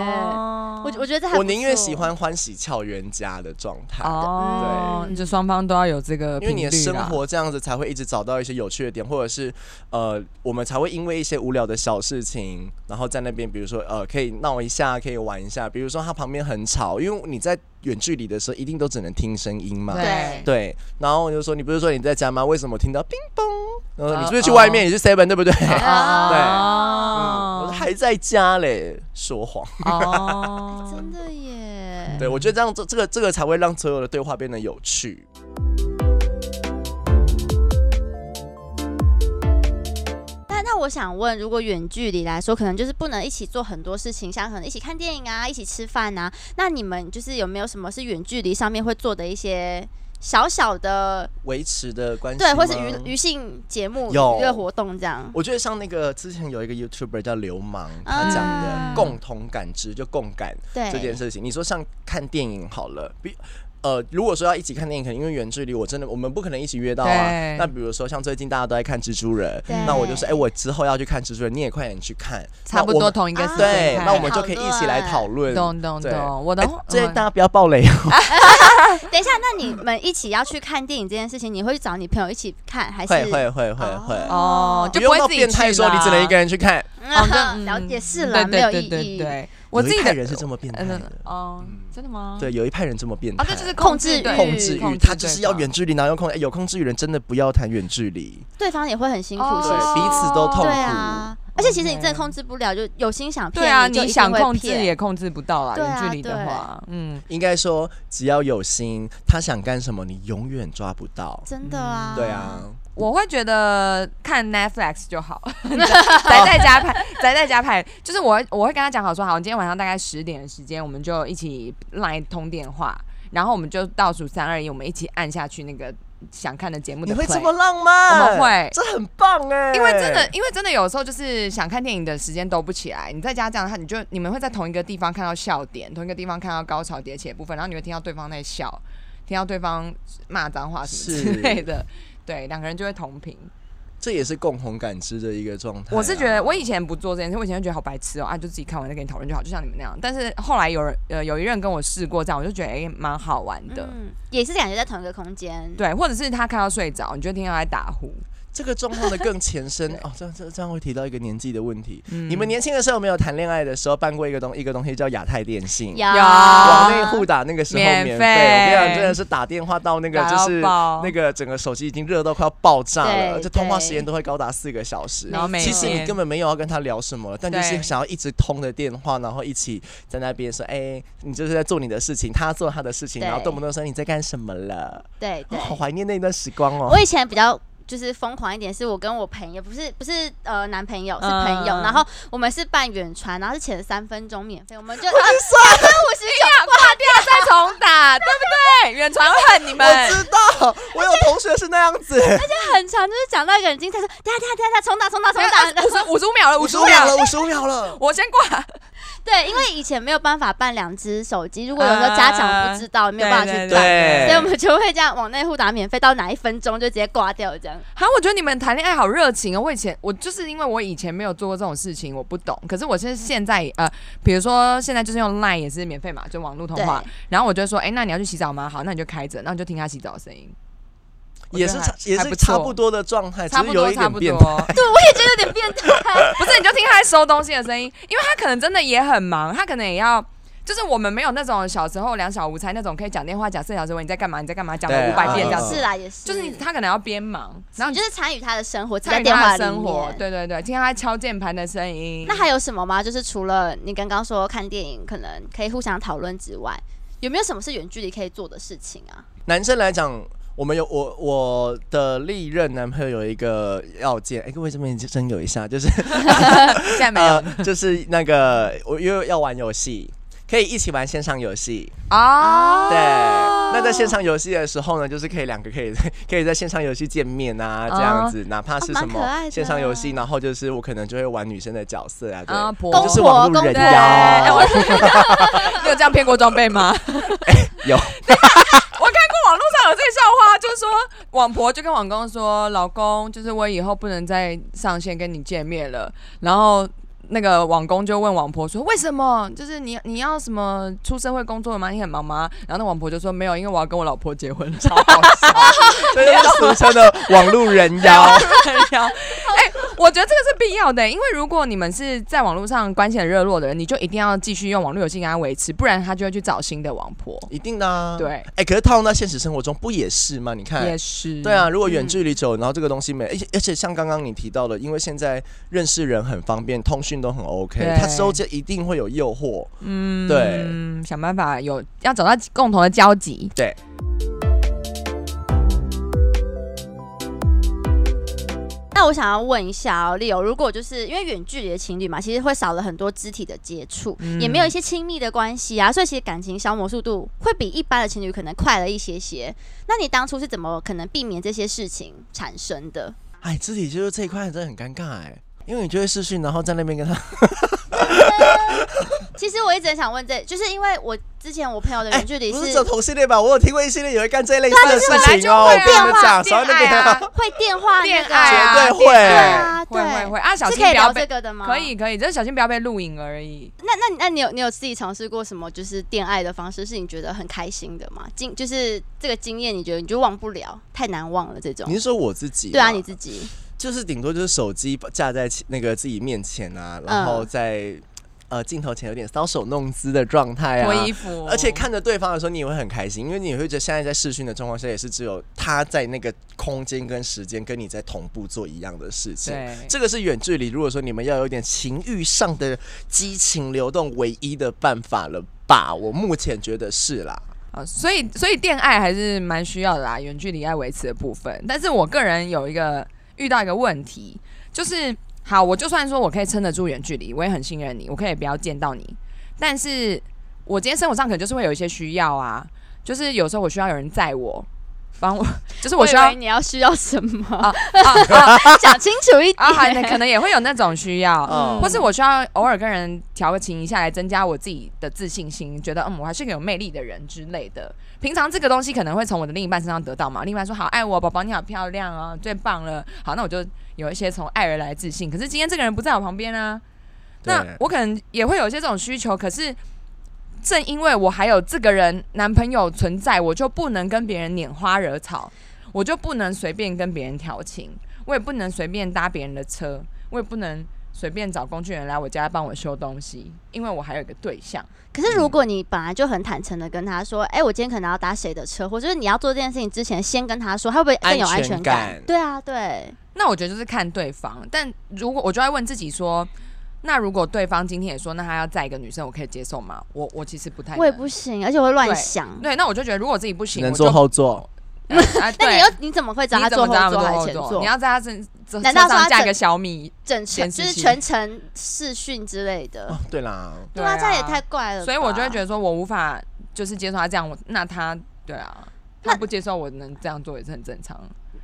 Speaker 1: 嗯我我觉得这还哦不
Speaker 3: 我宁愿
Speaker 1: 错
Speaker 3: 喜欢欢喜俏冤家的状态。
Speaker 2: 哦，
Speaker 1: 对
Speaker 2: 就双方都要有这个
Speaker 3: 因为你的
Speaker 2: 频率
Speaker 3: 生
Speaker 2: 啦
Speaker 3: 活这样子才会一直找到一些有趣的点，或者是呃，我们才会因为一些无聊的小事情，然后在那边，比如说呃，可以闹一下，可以玩一下。比如说他旁边很吵，因为你在远距离的时候，一定都只能听声音嘛。
Speaker 1: 对
Speaker 3: 对，然后我就说你不是说你在家吗？为什么听到乒乓？然后
Speaker 2: 哦
Speaker 3: 说你是不是去外面？你是 seven 对不对？嗯
Speaker 2: 哦
Speaker 3: 我说
Speaker 2: 哦
Speaker 3: 还在家嘞，说谎。
Speaker 2: 哦
Speaker 1: 真的耶。
Speaker 3: 对，我觉得这样这这个这个才会让所有的对话变得有趣。
Speaker 1: 那那我想问，如果远距离来说，可能就是不能一起做很多事情，像可能一起看电影啊，一起吃饭啊。那你们就是有没有什么是远距离上面会做的一些小小的
Speaker 3: 维持的关系
Speaker 1: 对，或是
Speaker 3: 吗
Speaker 1: 娱娱性节目、
Speaker 3: 有
Speaker 1: 娱乐活动这样？
Speaker 3: 我觉得像那个之前有一个 YouTuber 叫流氓，
Speaker 1: 啊
Speaker 3: 他讲的共同感知就共感
Speaker 1: 对，
Speaker 3: 这件事情，你说像看电影好了，比呃，如果说要一起看电影，可能因为远距离，我真的我们不可能一起约到啊
Speaker 2: 对。
Speaker 3: 那比如说像最近大家都在看蜘蛛人
Speaker 1: 对，
Speaker 3: 那我就说，哎、我之后要去看蜘蛛人，你也快点去看，
Speaker 2: 差不
Speaker 3: 那我
Speaker 2: 多
Speaker 3: 们
Speaker 2: 同一个时
Speaker 3: 对
Speaker 2: 间，看
Speaker 3: 那我们就可以一起来讨论。
Speaker 2: 懂懂
Speaker 3: 对
Speaker 2: 懂，我的
Speaker 3: 哎
Speaker 2: 话
Speaker 3: 这些
Speaker 2: 嗯
Speaker 3: 大家不要暴雷哦。
Speaker 1: 等一下，那你们一起要去看电影这件事情，你会去找你朋友一起看，还是
Speaker 3: 会会会会会，
Speaker 2: 哦
Speaker 3: 不
Speaker 2: 就
Speaker 3: 用
Speaker 2: 不会
Speaker 3: 到
Speaker 2: 自己
Speaker 3: 变态
Speaker 2: 去
Speaker 3: 说你只能
Speaker 2: 啦
Speaker 3: 一个人去看，
Speaker 2: 哦就
Speaker 1: 嗯
Speaker 2: 嗯
Speaker 1: 了解是
Speaker 2: 对
Speaker 1: 啦，没
Speaker 2: 对
Speaker 1: 有
Speaker 2: 对
Speaker 1: 意
Speaker 2: 对
Speaker 1: 义。
Speaker 2: 对，我
Speaker 3: 有
Speaker 2: 自
Speaker 3: 一
Speaker 2: 己
Speaker 3: 派
Speaker 2: 的
Speaker 3: 人是这么变态
Speaker 2: 嗯
Speaker 3: 的。
Speaker 2: 哦，真的吗？
Speaker 3: 对，有一派人这么变态，
Speaker 2: 哦，这就是
Speaker 1: 控制
Speaker 2: 对
Speaker 3: 控制
Speaker 2: 控
Speaker 3: 欲，他就
Speaker 2: 对
Speaker 3: 是要
Speaker 2: 方
Speaker 3: 远距离，然后用控、哎有控制欲的人真的不要谈远距离，
Speaker 1: 对方也会很辛苦，
Speaker 2: 哦
Speaker 1: 是
Speaker 3: 对，
Speaker 1: 不是？
Speaker 3: 彼此都痛苦。
Speaker 1: 对啊，而且其实你
Speaker 2: OK
Speaker 1: 真的控制不了，就有心想骗
Speaker 2: 对啊，
Speaker 1: 就
Speaker 2: 你
Speaker 1: 一定
Speaker 2: 想
Speaker 1: 会
Speaker 2: 控制
Speaker 1: 骗
Speaker 2: 也控制不到啦，
Speaker 1: 对啊
Speaker 2: 远距离的话，嗯，
Speaker 3: 应该说，只要有心，他想干什么，你永远抓不到。
Speaker 1: 真的啊，
Speaker 3: 对啊，
Speaker 2: 我会觉得看 Netflix 就 好，宅在 家拍，宅在家拍，就是我会我会跟他讲好说，好，今天晚上大概十点的时间，我们就一起来通电话，然后我们就倒数三二一，我们一起按下去那个想看的节目的
Speaker 3: 你
Speaker 2: play。
Speaker 3: 会这么浪漫？
Speaker 2: 我们会
Speaker 3: 这很棒哎、
Speaker 2: 因为真的，因为真的有时候就是想看电影的时间都不起来，你在家这样的话，你就你们会在同一个地方看到笑点，同一个地方看到高潮迭起的部分，然后你会听到对方在笑，听到对方骂脏话什么
Speaker 3: 是
Speaker 2: 之类的，对，两个人就会同频。
Speaker 3: 这也是共同感知的一个状态啊、
Speaker 2: 我是觉得我以前不做这件事，我以前就觉得好白痴哦、啊，就自己看完再跟你讨论就好，就像你们那样。但是后来有人呃有一任跟我试过这样，我就觉得哎蛮、好玩的。
Speaker 1: 嗯，也是感觉在同一个空间。
Speaker 2: 对，或者是他看到睡着，你就听到他在打呼。
Speaker 3: 这个状况的更 前身哦，这样这这样会提到一个年纪的问题。
Speaker 2: 嗯
Speaker 3: 你们年轻的时候有没有谈恋爱的时候办过一个东一个东西叫亚太电信？
Speaker 1: 有
Speaker 2: 哇
Speaker 3: 往内互打那个时候免费，
Speaker 2: 啊免
Speaker 3: 我
Speaker 2: 费
Speaker 3: 跟你讲，真的是打电话到那个
Speaker 2: 打
Speaker 3: 就
Speaker 2: 到
Speaker 3: 是
Speaker 2: 爆
Speaker 3: 那个整个手机已经热到快要爆炸了，
Speaker 1: 对
Speaker 3: 这通话
Speaker 1: 对
Speaker 3: 时间都会高达四个小时
Speaker 2: 然。后每
Speaker 3: 其实你
Speaker 2: 天
Speaker 3: 根本没有要跟他聊什么，但就是
Speaker 2: 对
Speaker 3: 想要一直通的电话，然后一起在那边说，哎、你就是在做你的事情，他做他的事情，
Speaker 1: 对
Speaker 3: 然后动不动说你在干什么了，
Speaker 1: 对
Speaker 3: 哦
Speaker 1: 对，
Speaker 3: 好怀念那段时光哦
Speaker 1: 我。以前比较就是疯狂一点，是我跟我朋友，不是不是呃男朋友，是朋友，
Speaker 2: 嗯
Speaker 1: 然后我们是办远传，然后是前三分钟免费，我们就啊两百五十九挂掉，
Speaker 2: 再重打，对不对？远传会恨你们。
Speaker 3: 我知道，我有同学是那样 子，
Speaker 1: 就很长，就是讲到一个人精彩，说等一下等一下等一下，重打重打重打， 然
Speaker 2: 五
Speaker 1: 后
Speaker 2: 十五十五秒了，
Speaker 3: 五
Speaker 2: 五
Speaker 3: 十
Speaker 2: 十
Speaker 3: 五
Speaker 2: 五
Speaker 3: 秒
Speaker 2: 秒
Speaker 3: 了，
Speaker 2: 了，
Speaker 3: 五十五秒了。
Speaker 2: 我先挂。
Speaker 1: 对，因为以前没有办法办两只手机，如果有时候家长不知道，没有办法去办。
Speaker 2: 对对对
Speaker 1: 所以我们就会这样往内互打免费，到哪一分钟就直接挂掉这样。
Speaker 2: 好，我觉得你们谈恋爱好热情哦。我以前我就是因为我以前没有做过这种事情，我不懂。可是我现在现在呃，比如说现在就是用 Line 也是免费嘛，就网络通话
Speaker 1: 对。
Speaker 2: 然后我就说，哎、那你要去洗澡吗？好，那你就开着，那你就听他洗澡的声音。我觉
Speaker 3: 也
Speaker 2: 得
Speaker 3: 是
Speaker 2: 还
Speaker 3: 差也
Speaker 2: 还
Speaker 3: 是
Speaker 2: 不
Speaker 3: 差
Speaker 2: 错
Speaker 3: 不多的状态，只
Speaker 2: 差
Speaker 3: 是
Speaker 2: 不
Speaker 3: 有
Speaker 2: 多
Speaker 3: 一
Speaker 2: 差
Speaker 3: 点
Speaker 2: 不
Speaker 3: 变
Speaker 2: 多
Speaker 3: 态。，
Speaker 1: 对，我也觉得有点变态。
Speaker 2: 不是你就听他在收东西的声音，因为他可能真的也很忙，他可能也要。就是我们没有那种小时候两小无猜那种可以讲电话讲四小时，喂你在干嘛？你在干嘛？讲了
Speaker 3: 对
Speaker 2: 五百遍这样
Speaker 3: 嗯
Speaker 2: 子，
Speaker 1: 是啊啦，也是。
Speaker 2: 就是你他可能要边忙，然后
Speaker 1: 你
Speaker 2: 你
Speaker 1: 就是参与他的生活，只在
Speaker 2: 参与
Speaker 1: 电
Speaker 2: 他
Speaker 1: 话
Speaker 2: 的
Speaker 1: 里
Speaker 2: 生活
Speaker 1: 面。，
Speaker 2: 对对对，听到他敲键盘的声 音。
Speaker 1: 那还有什么吗？就是除了你刚刚说看电影，可能可以互相讨论之外，有没有什么是远距离可以做的事情啊？
Speaker 3: 男生来讲，我们有我我的历任男朋友有一个要件，哎、各位这边真有一下， 就是
Speaker 2: 现在没有
Speaker 3: 呃，就是那个我因为要玩游戏，可以一起玩线上游戏。
Speaker 1: 哦
Speaker 2: 啊？
Speaker 3: 对，那在线上游戏的时候呢，就是可以两个可以 可以在线上游戏见面啊，这样子，哪怕
Speaker 1: 哦
Speaker 3: 是什
Speaker 1: 蛮可爱
Speaker 3: 么
Speaker 1: 的
Speaker 3: 线上游戏，然后就是我可能就会玩女生的角色啊，对，
Speaker 2: 啊
Speaker 3: 我
Speaker 2: 婆婆
Speaker 3: 就是网路
Speaker 1: 公
Speaker 2: 对，
Speaker 3: 人
Speaker 1: 婆
Speaker 3: 妖
Speaker 2: 哎，我你有这样骗过装备吗？
Speaker 3: 有。
Speaker 2: 我看过网络上有这个笑话，就是说网婆就跟网公说，老公，就是我以后不能再上线跟你见面了。然后那个网公就问网婆说，为什么？就是你你要什么出社会工作了吗？你很忙吗？然后那网婆就说没有，因为我要跟我老婆结 婚了。
Speaker 3: 超好笑，这就是俗称的网路人妖。
Speaker 2: 然后哎、我觉得这个是必要的、因为如果你们是在网络上关系很热络的人，你就一定要继续用网络游戏跟他维持，不然他就会去找新的网婆。
Speaker 3: 一定的、啊。
Speaker 2: 对
Speaker 3: 哎、可是套用到现实生活中不也是吗？你看
Speaker 2: 也，是，嗯
Speaker 3: 对啊，，如果远距离久，然后这个东西没，而且而且像刚刚你提到的，因为现在认识人很方便，通讯都很 OK，
Speaker 2: 对
Speaker 3: 他周间一定会有诱惑。
Speaker 2: 嗯
Speaker 3: 对，
Speaker 2: 想办法有要找到共同的交集。
Speaker 3: 对，
Speaker 1: 那我想要问一下哦，丽友，如果就是因为远距离的情侣嘛，其实会少了很多肢体的接触，也没有一
Speaker 2: 嗯
Speaker 1: 些亲密的关系啊，所以其实感情消磨速度会比一般的情侣可能快了一些些。那你当初是怎么可能避免这些事情产生的？
Speaker 3: 哎，肢体接触这一块真的很尴尬哎、因为你就会视讯，然后在那边跟他，
Speaker 1: 其实我一直很想问这，就是因为我之前我朋友的
Speaker 2: 哎
Speaker 1: 远距离
Speaker 3: 哎不是
Speaker 1: 是
Speaker 3: 只有同性恋吧？我有听过异性恋也会干这类似的事
Speaker 2: 本来
Speaker 3: 情
Speaker 2: 就
Speaker 3: 哦、
Speaker 2: 会
Speaker 3: 我跟你们
Speaker 2: 啊，
Speaker 3: 讲，
Speaker 2: 恋
Speaker 3: 少在那
Speaker 2: 爱
Speaker 3: 边、
Speaker 2: 啊，
Speaker 1: 会电话那个
Speaker 2: 恋爱啊，
Speaker 3: 绝对会
Speaker 2: 恋
Speaker 1: 对
Speaker 2: 爱
Speaker 1: 啊，
Speaker 2: 会会
Speaker 1: 对
Speaker 2: 会，啊，小
Speaker 1: 是
Speaker 2: 心
Speaker 1: 可以
Speaker 2: 不要
Speaker 1: 聊
Speaker 2: 被
Speaker 1: 这。个的吗？
Speaker 2: 可。以可以，就是小心不要被录影而已。
Speaker 1: 那那那你有你有自己尝试过什么就是恋爱的方式是你觉得很开心的吗？经就是这个经验，你觉得你就忘不了，太难忘了这种
Speaker 3: 你。是说我自己？
Speaker 1: 对啊，你自己
Speaker 3: 就是顶多就是手机架在其那个自己面前啊，然后在、呃镜头前有点搔首弄姿的状态
Speaker 2: 脱
Speaker 3: 啊。
Speaker 2: 衣服，
Speaker 3: 而且看着对方的时候，你也会很开心，因为你会觉得现在在视讯的状况下，也是只有他在那个空间跟时间跟你在同步做一样的事情。
Speaker 2: 对
Speaker 3: 这个是远距离，如果说你们要有点情欲上的激情流动，唯一的办法了吧？我目前觉得是啦。
Speaker 2: 啊，所以所以恋爱还是蛮需要的啦，远距离爱维持的部分。但是我个人有一个遇到一个问题，就是好，我就算说我可以撑得住远距离，我也很信任你，我可以不要见到你，但是我今天生活上可能就是会有一些需要啊，就是有时候我需要有人载我，帮我，就是我需要
Speaker 1: 以为你要需要什么，
Speaker 2: 啊 啊啊
Speaker 1: 讲清楚一
Speaker 2: 啊，还
Speaker 1: 点。
Speaker 2: 可能也会有那种需要，
Speaker 3: 嗯
Speaker 2: 或是我需要偶尔跟人调个情一下，来增加我自己的自信心，觉得嗯，我还是个有魅力的人之类的。平常这个东西可能会从我的另一半身上得到嘛，另一半说好爱我，宝宝你好漂亮哦，最棒了。好，那我就有一些从爱而来的自信。可是今天这个人不在我旁边啊，那
Speaker 3: 对
Speaker 2: 我可能也会有一些这种需求，可是。正因为我还有这个人男朋友存在，我就不能跟别人拈花惹草，我就不能随便跟别人调情，我也不能随便搭别人的车，我也不能随便找工具人来我家帮我修东西，因为我还有一个对象。
Speaker 1: 可是如果你本来就很坦诚的跟他说，哎、我今天可能要搭谁的车，或者是你要做这件事情之前，先跟他说，他会不会更有安全感？
Speaker 3: 安全感
Speaker 1: 对啊，对，
Speaker 2: 那我觉得就是看对方，但如果我就在问自己说，那如果对方今天也说，那他要再一个女生，我可以接受吗？我我其实不太
Speaker 1: 我也
Speaker 2: 能
Speaker 1: 不行，而且我会乱
Speaker 2: 对
Speaker 1: 想。
Speaker 2: 对，那我就 觉得如果自己不
Speaker 3: 只
Speaker 2: 行，
Speaker 3: 能
Speaker 2: 我
Speaker 3: 坐
Speaker 2: 就
Speaker 3: 后座，
Speaker 2: 呃啊，
Speaker 1: 那
Speaker 2: 对，
Speaker 1: 你又你怎么会找
Speaker 2: 你
Speaker 1: 他
Speaker 2: 怎
Speaker 1: 坐
Speaker 2: 么知
Speaker 1: 后
Speaker 2: 道他
Speaker 1: 座还
Speaker 2: 后
Speaker 1: 是前
Speaker 2: 座？
Speaker 1: 座
Speaker 2: 你？要在他身车
Speaker 1: 难道
Speaker 2: 车
Speaker 1: 说他
Speaker 2: 上架一
Speaker 1: 整
Speaker 2: 个小米？
Speaker 1: 整程
Speaker 2: 监视
Speaker 1: 就是
Speaker 2: 器
Speaker 1: 全程视讯之类的
Speaker 2: 呃
Speaker 3: 哦。对啦，
Speaker 1: 对啊，这样也太怪了吧。
Speaker 2: 所以我就会觉得说我无法就是接受他这样，我那他对啊，他
Speaker 1: 那
Speaker 2: 不接受我能这样做也是很正常。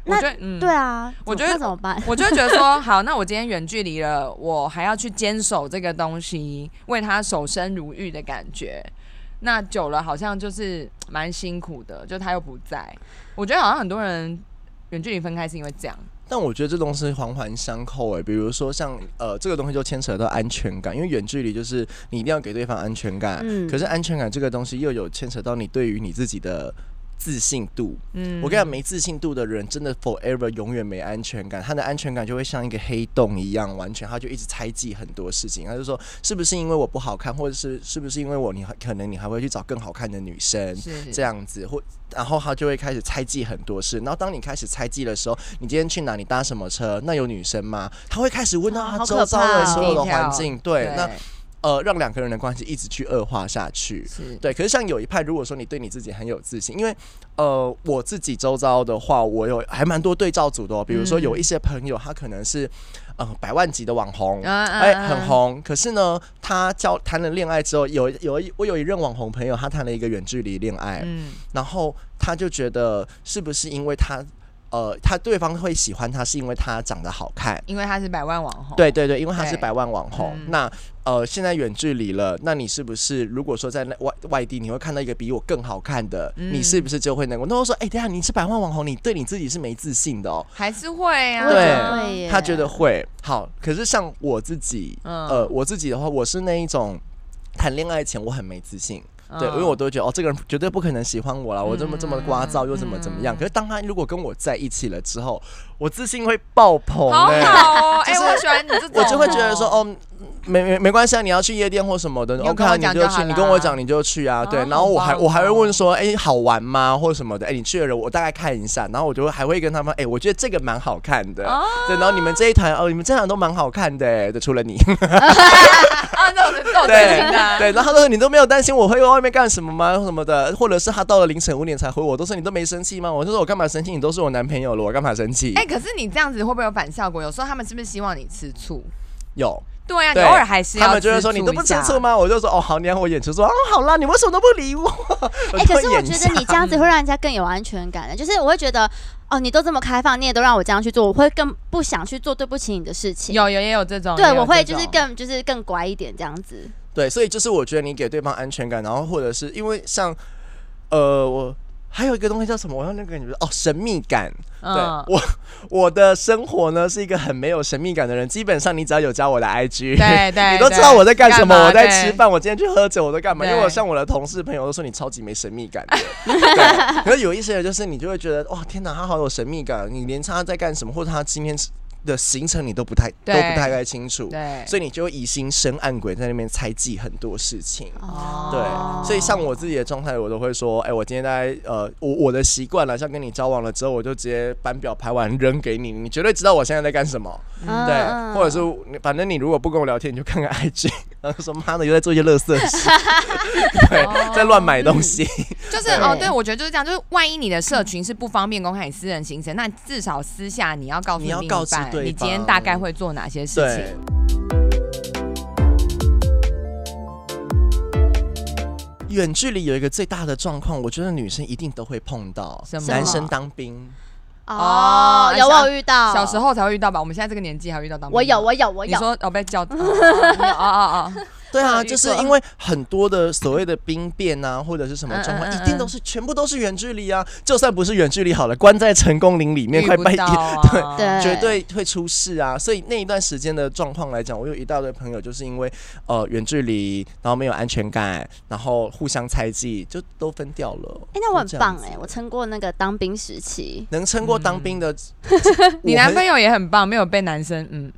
Speaker 2: 我
Speaker 1: 那
Speaker 2: 觉得嗯，
Speaker 1: 对啊，
Speaker 2: 我
Speaker 1: 怎么
Speaker 2: 觉得
Speaker 1: 那怎么办？
Speaker 2: 我就会觉得说好，那我今天远距离了，我还要去坚守这个东西，为他守身如玉的感觉。那久了好像就是蛮辛苦的，就他又不在，我觉得好像很多人远距离分开是因为这样。
Speaker 3: 但我觉得这东西环环相扣欸诶、比如说像呃这个东西就牵扯到安全感，因为远距离就是你一定要给对方安全感，
Speaker 1: 嗯
Speaker 3: 可是安全感这个东西又有牵扯到你对于你自己的自信度。
Speaker 2: 嗯，
Speaker 3: 我跟你讲，没自信度的人真的 forever 永远没安全感，他的安全感就会像一个黑洞一样，完全他就一直猜忌很多事情。他就说，是不是因为我不好看，或者是是不是因为我你还可能你还会去找更好看的女生，
Speaker 2: 是
Speaker 3: 这样子，或然后他就会开始猜忌很多事。然后当你开始猜忌的时候，你今天去哪里搭什么车？那有女生吗？他会开始问到
Speaker 1: 啊
Speaker 3: 他
Speaker 1: 好
Speaker 3: 周
Speaker 1: 可
Speaker 3: 遭的
Speaker 1: 怕哦
Speaker 3: 所有的
Speaker 2: 低调
Speaker 3: 环境，对，那呃让两个人的关系一直去恶化下去。
Speaker 2: 是
Speaker 3: 对，可是像有一派，如果说你对你自己很有自信，因为呃，我自己周遭的话，我有还蛮多对照组的、哦，比如说
Speaker 2: 嗯
Speaker 3: 有一些朋友，他可能是呃百万级的网红，
Speaker 1: 嗯
Speaker 2: 啊啊
Speaker 3: 哎、
Speaker 2: 啊
Speaker 3: 很红。可是呢，他交谈了恋爱之后，有有一我有一任网红朋友，他谈了一个远距离恋爱，
Speaker 2: 嗯
Speaker 3: 然后他就觉得是不是因为他呃，他对方会喜欢他是因为他长得好看。
Speaker 2: 因为他是百万网红，
Speaker 3: 对对对，因为他是
Speaker 2: 对
Speaker 3: 百万网红，
Speaker 2: 嗯
Speaker 3: 那呃，现在远距离了，那你是不是如果说在那外外地，你会看到一个比我更好看的，
Speaker 2: 嗯
Speaker 3: 你是不是就会能够？那我说，哎、等一下你是百万网红，你对你自己是没自信的哦。
Speaker 2: 还是会啊，
Speaker 1: 我也觉
Speaker 3: 对
Speaker 1: 得会耶
Speaker 3: 他觉得会好，可是像我自己，
Speaker 2: 嗯
Speaker 3: 呃，我自己的话，我是那一种谈恋爱前我很没自信，
Speaker 2: 嗯
Speaker 3: 对，因为我都觉得哦，这个人绝对不可能喜欢我啦，我这么这么聒噪又怎么怎么样。
Speaker 2: 嗯
Speaker 3: 可是当他如果跟我在一起了之后，我自信会爆棚、
Speaker 2: 好
Speaker 3: 欸，
Speaker 2: 好哦，哎、
Speaker 3: 就是
Speaker 2: 我喜欢你这种，
Speaker 3: 我就会觉得说，，哦，没没没关系啊，你要去夜店或什么的
Speaker 2: 你就
Speaker 3: ，OK，
Speaker 2: 跟我
Speaker 3: 啊
Speaker 2: 讲
Speaker 3: 你
Speaker 2: 就
Speaker 3: 就
Speaker 2: 好
Speaker 3: 去，
Speaker 2: 啦
Speaker 3: 你跟我讲你就去啊，对
Speaker 2: 哦。
Speaker 3: 然后我
Speaker 2: 好
Speaker 3: 还
Speaker 2: 棒
Speaker 3: 我还会
Speaker 2: 哦
Speaker 3: 问说，哎，好玩吗，或什么的？哎，你去了，我大概看一下，然后我就会还会跟他们，哎，我觉得这个蛮好看的，
Speaker 2: 哦
Speaker 3: 对。然后你们这一团哦，你们这团都蛮好看的，哎对，除了你，
Speaker 2: 啊，那我是我最
Speaker 3: 对
Speaker 2: 行的，
Speaker 3: 对。然后他说你都没有担心我会外面干什么吗？什么的，或者是他到了凌晨五点才回我，都说你都没生气吗？我就说我干嘛生气？你都是我男朋友了，我干嘛生气
Speaker 2: 哎、？可是你这样子会不会有反效果？有时候他们是不是希望你吃醋？
Speaker 3: 有。
Speaker 2: 对呀、啊，你
Speaker 3: 对
Speaker 2: 偶尔还是要
Speaker 3: 他们就会说
Speaker 2: 吃醋
Speaker 3: 你都不
Speaker 2: 一
Speaker 3: 吃
Speaker 2: 下
Speaker 3: 醋？吗？我就说哦好，你让我演出说哦好啦，你为什么都不理我？呃
Speaker 1: 哎、可是我觉得你这样子会让人家更有安全感的，就是我会觉得，哦，你都这么开放，你也都让我这样去做，我会更不想去做对不起你的事情。
Speaker 2: 有有也有这种，也
Speaker 1: 对，
Speaker 2: 有
Speaker 1: 我会就
Speaker 2: 这种
Speaker 1: 是更就是更乖一点这样子。
Speaker 3: 对，所以就是我觉得你给对方安全感，然后或者是因为像呃我。还有一个东西叫什么？我要那个你们哦，神秘感。对、
Speaker 2: 嗯
Speaker 3: 我，我的生活呢是一个很没有神秘感的人。基本上你只要有加我的 IG，
Speaker 2: 对对，
Speaker 3: 你都知道
Speaker 2: 对
Speaker 3: 我在干什么，
Speaker 2: 嘛
Speaker 3: 我
Speaker 2: 哎
Speaker 3: 在
Speaker 2: 对
Speaker 3: 吃饭，我今天去喝酒，我在干嘛？因为
Speaker 2: 对
Speaker 3: 我像我的同事朋友都说你超级没神秘感的， 对。可是有一些人就是你就会觉得哇，天哪，他好有神秘感，你连他在干什么，或者他今天的行程你都不太都
Speaker 2: 对
Speaker 3: 不太该清楚，
Speaker 2: 对，
Speaker 3: 所以你就会疑心生暗鬼，在那边猜忌很多事情。
Speaker 2: 哦
Speaker 3: 对，所以像我自己的状态，我都会说，哎、我今天在呃，我我的习惯了，像跟你交往了之后，我就直接班表排完扔给你，你绝对知道我现在在干什么。
Speaker 1: 嗯
Speaker 3: 对，
Speaker 1: 嗯
Speaker 3: 或者是你，反正你如果不跟我聊天，你就看看 IG，然后就说妈的又在做一些垃圾事，
Speaker 2: 哦
Speaker 3: 对，在乱买东西，
Speaker 2: 就是
Speaker 1: 对
Speaker 2: 哦，对，我觉得就是这样，就是万一你的社群是不方便公开你私人行程，那至少私下你要告诉
Speaker 3: 你要
Speaker 2: 另一
Speaker 3: 告知
Speaker 2: 半
Speaker 3: 对
Speaker 2: 你今天
Speaker 3: 方
Speaker 2: 大概会做哪些事情
Speaker 3: 对。。远距离有一个最大的状况，我觉得女生一定都会碰到
Speaker 2: 什，么
Speaker 3: 男生当兵，
Speaker 1: 哦
Speaker 2: 哦，
Speaker 1: 有我有遇到，
Speaker 2: 小时候才会遇到吧？我们现在这个年纪还会遇到当兵
Speaker 1: 我有
Speaker 2: 吗
Speaker 1: 我有我
Speaker 2: 你
Speaker 1: 有，
Speaker 2: 说哦被 叫哦哦哦哦哦，
Speaker 3: 对
Speaker 2: 我有
Speaker 3: 啊，
Speaker 2: 遇
Speaker 3: 就是
Speaker 2: 过
Speaker 3: 因为很多的所谓的兵变啊，或者是什么状
Speaker 2: 嗯嗯
Speaker 3: 况，
Speaker 2: 嗯嗯
Speaker 3: 一定都是全部都是远距离啊。就算不是远距离好了，关在成功林里面
Speaker 2: 遇
Speaker 3: 快
Speaker 2: 不
Speaker 3: 半
Speaker 2: 到
Speaker 3: 夜，
Speaker 2: 啊，
Speaker 1: 对
Speaker 3: 绝 对会出事啊！所以那一段时间的状况来讲，我有一大堆朋友就是因为呃远距离，然后没有安全感，然后互相猜忌，就都分掉了。
Speaker 1: 哎，那我很
Speaker 3: 就这样
Speaker 1: 棒
Speaker 3: 子
Speaker 1: 哎，我撑过那个当兵时期，
Speaker 3: 能撑过当兵的，
Speaker 2: 你
Speaker 3: 我
Speaker 2: 男
Speaker 3: 很
Speaker 2: 朋友也很棒，没有被男生嗯，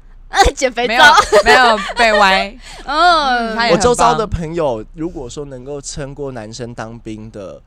Speaker 1: 减肥
Speaker 2: 没有
Speaker 1: 皂，
Speaker 2: 没有 被歪，嗯
Speaker 1: 嗯，
Speaker 2: 他也
Speaker 3: 我
Speaker 2: 很
Speaker 3: 周遭的
Speaker 2: 棒
Speaker 3: 朋友，如果说能够撑过男生当兵的，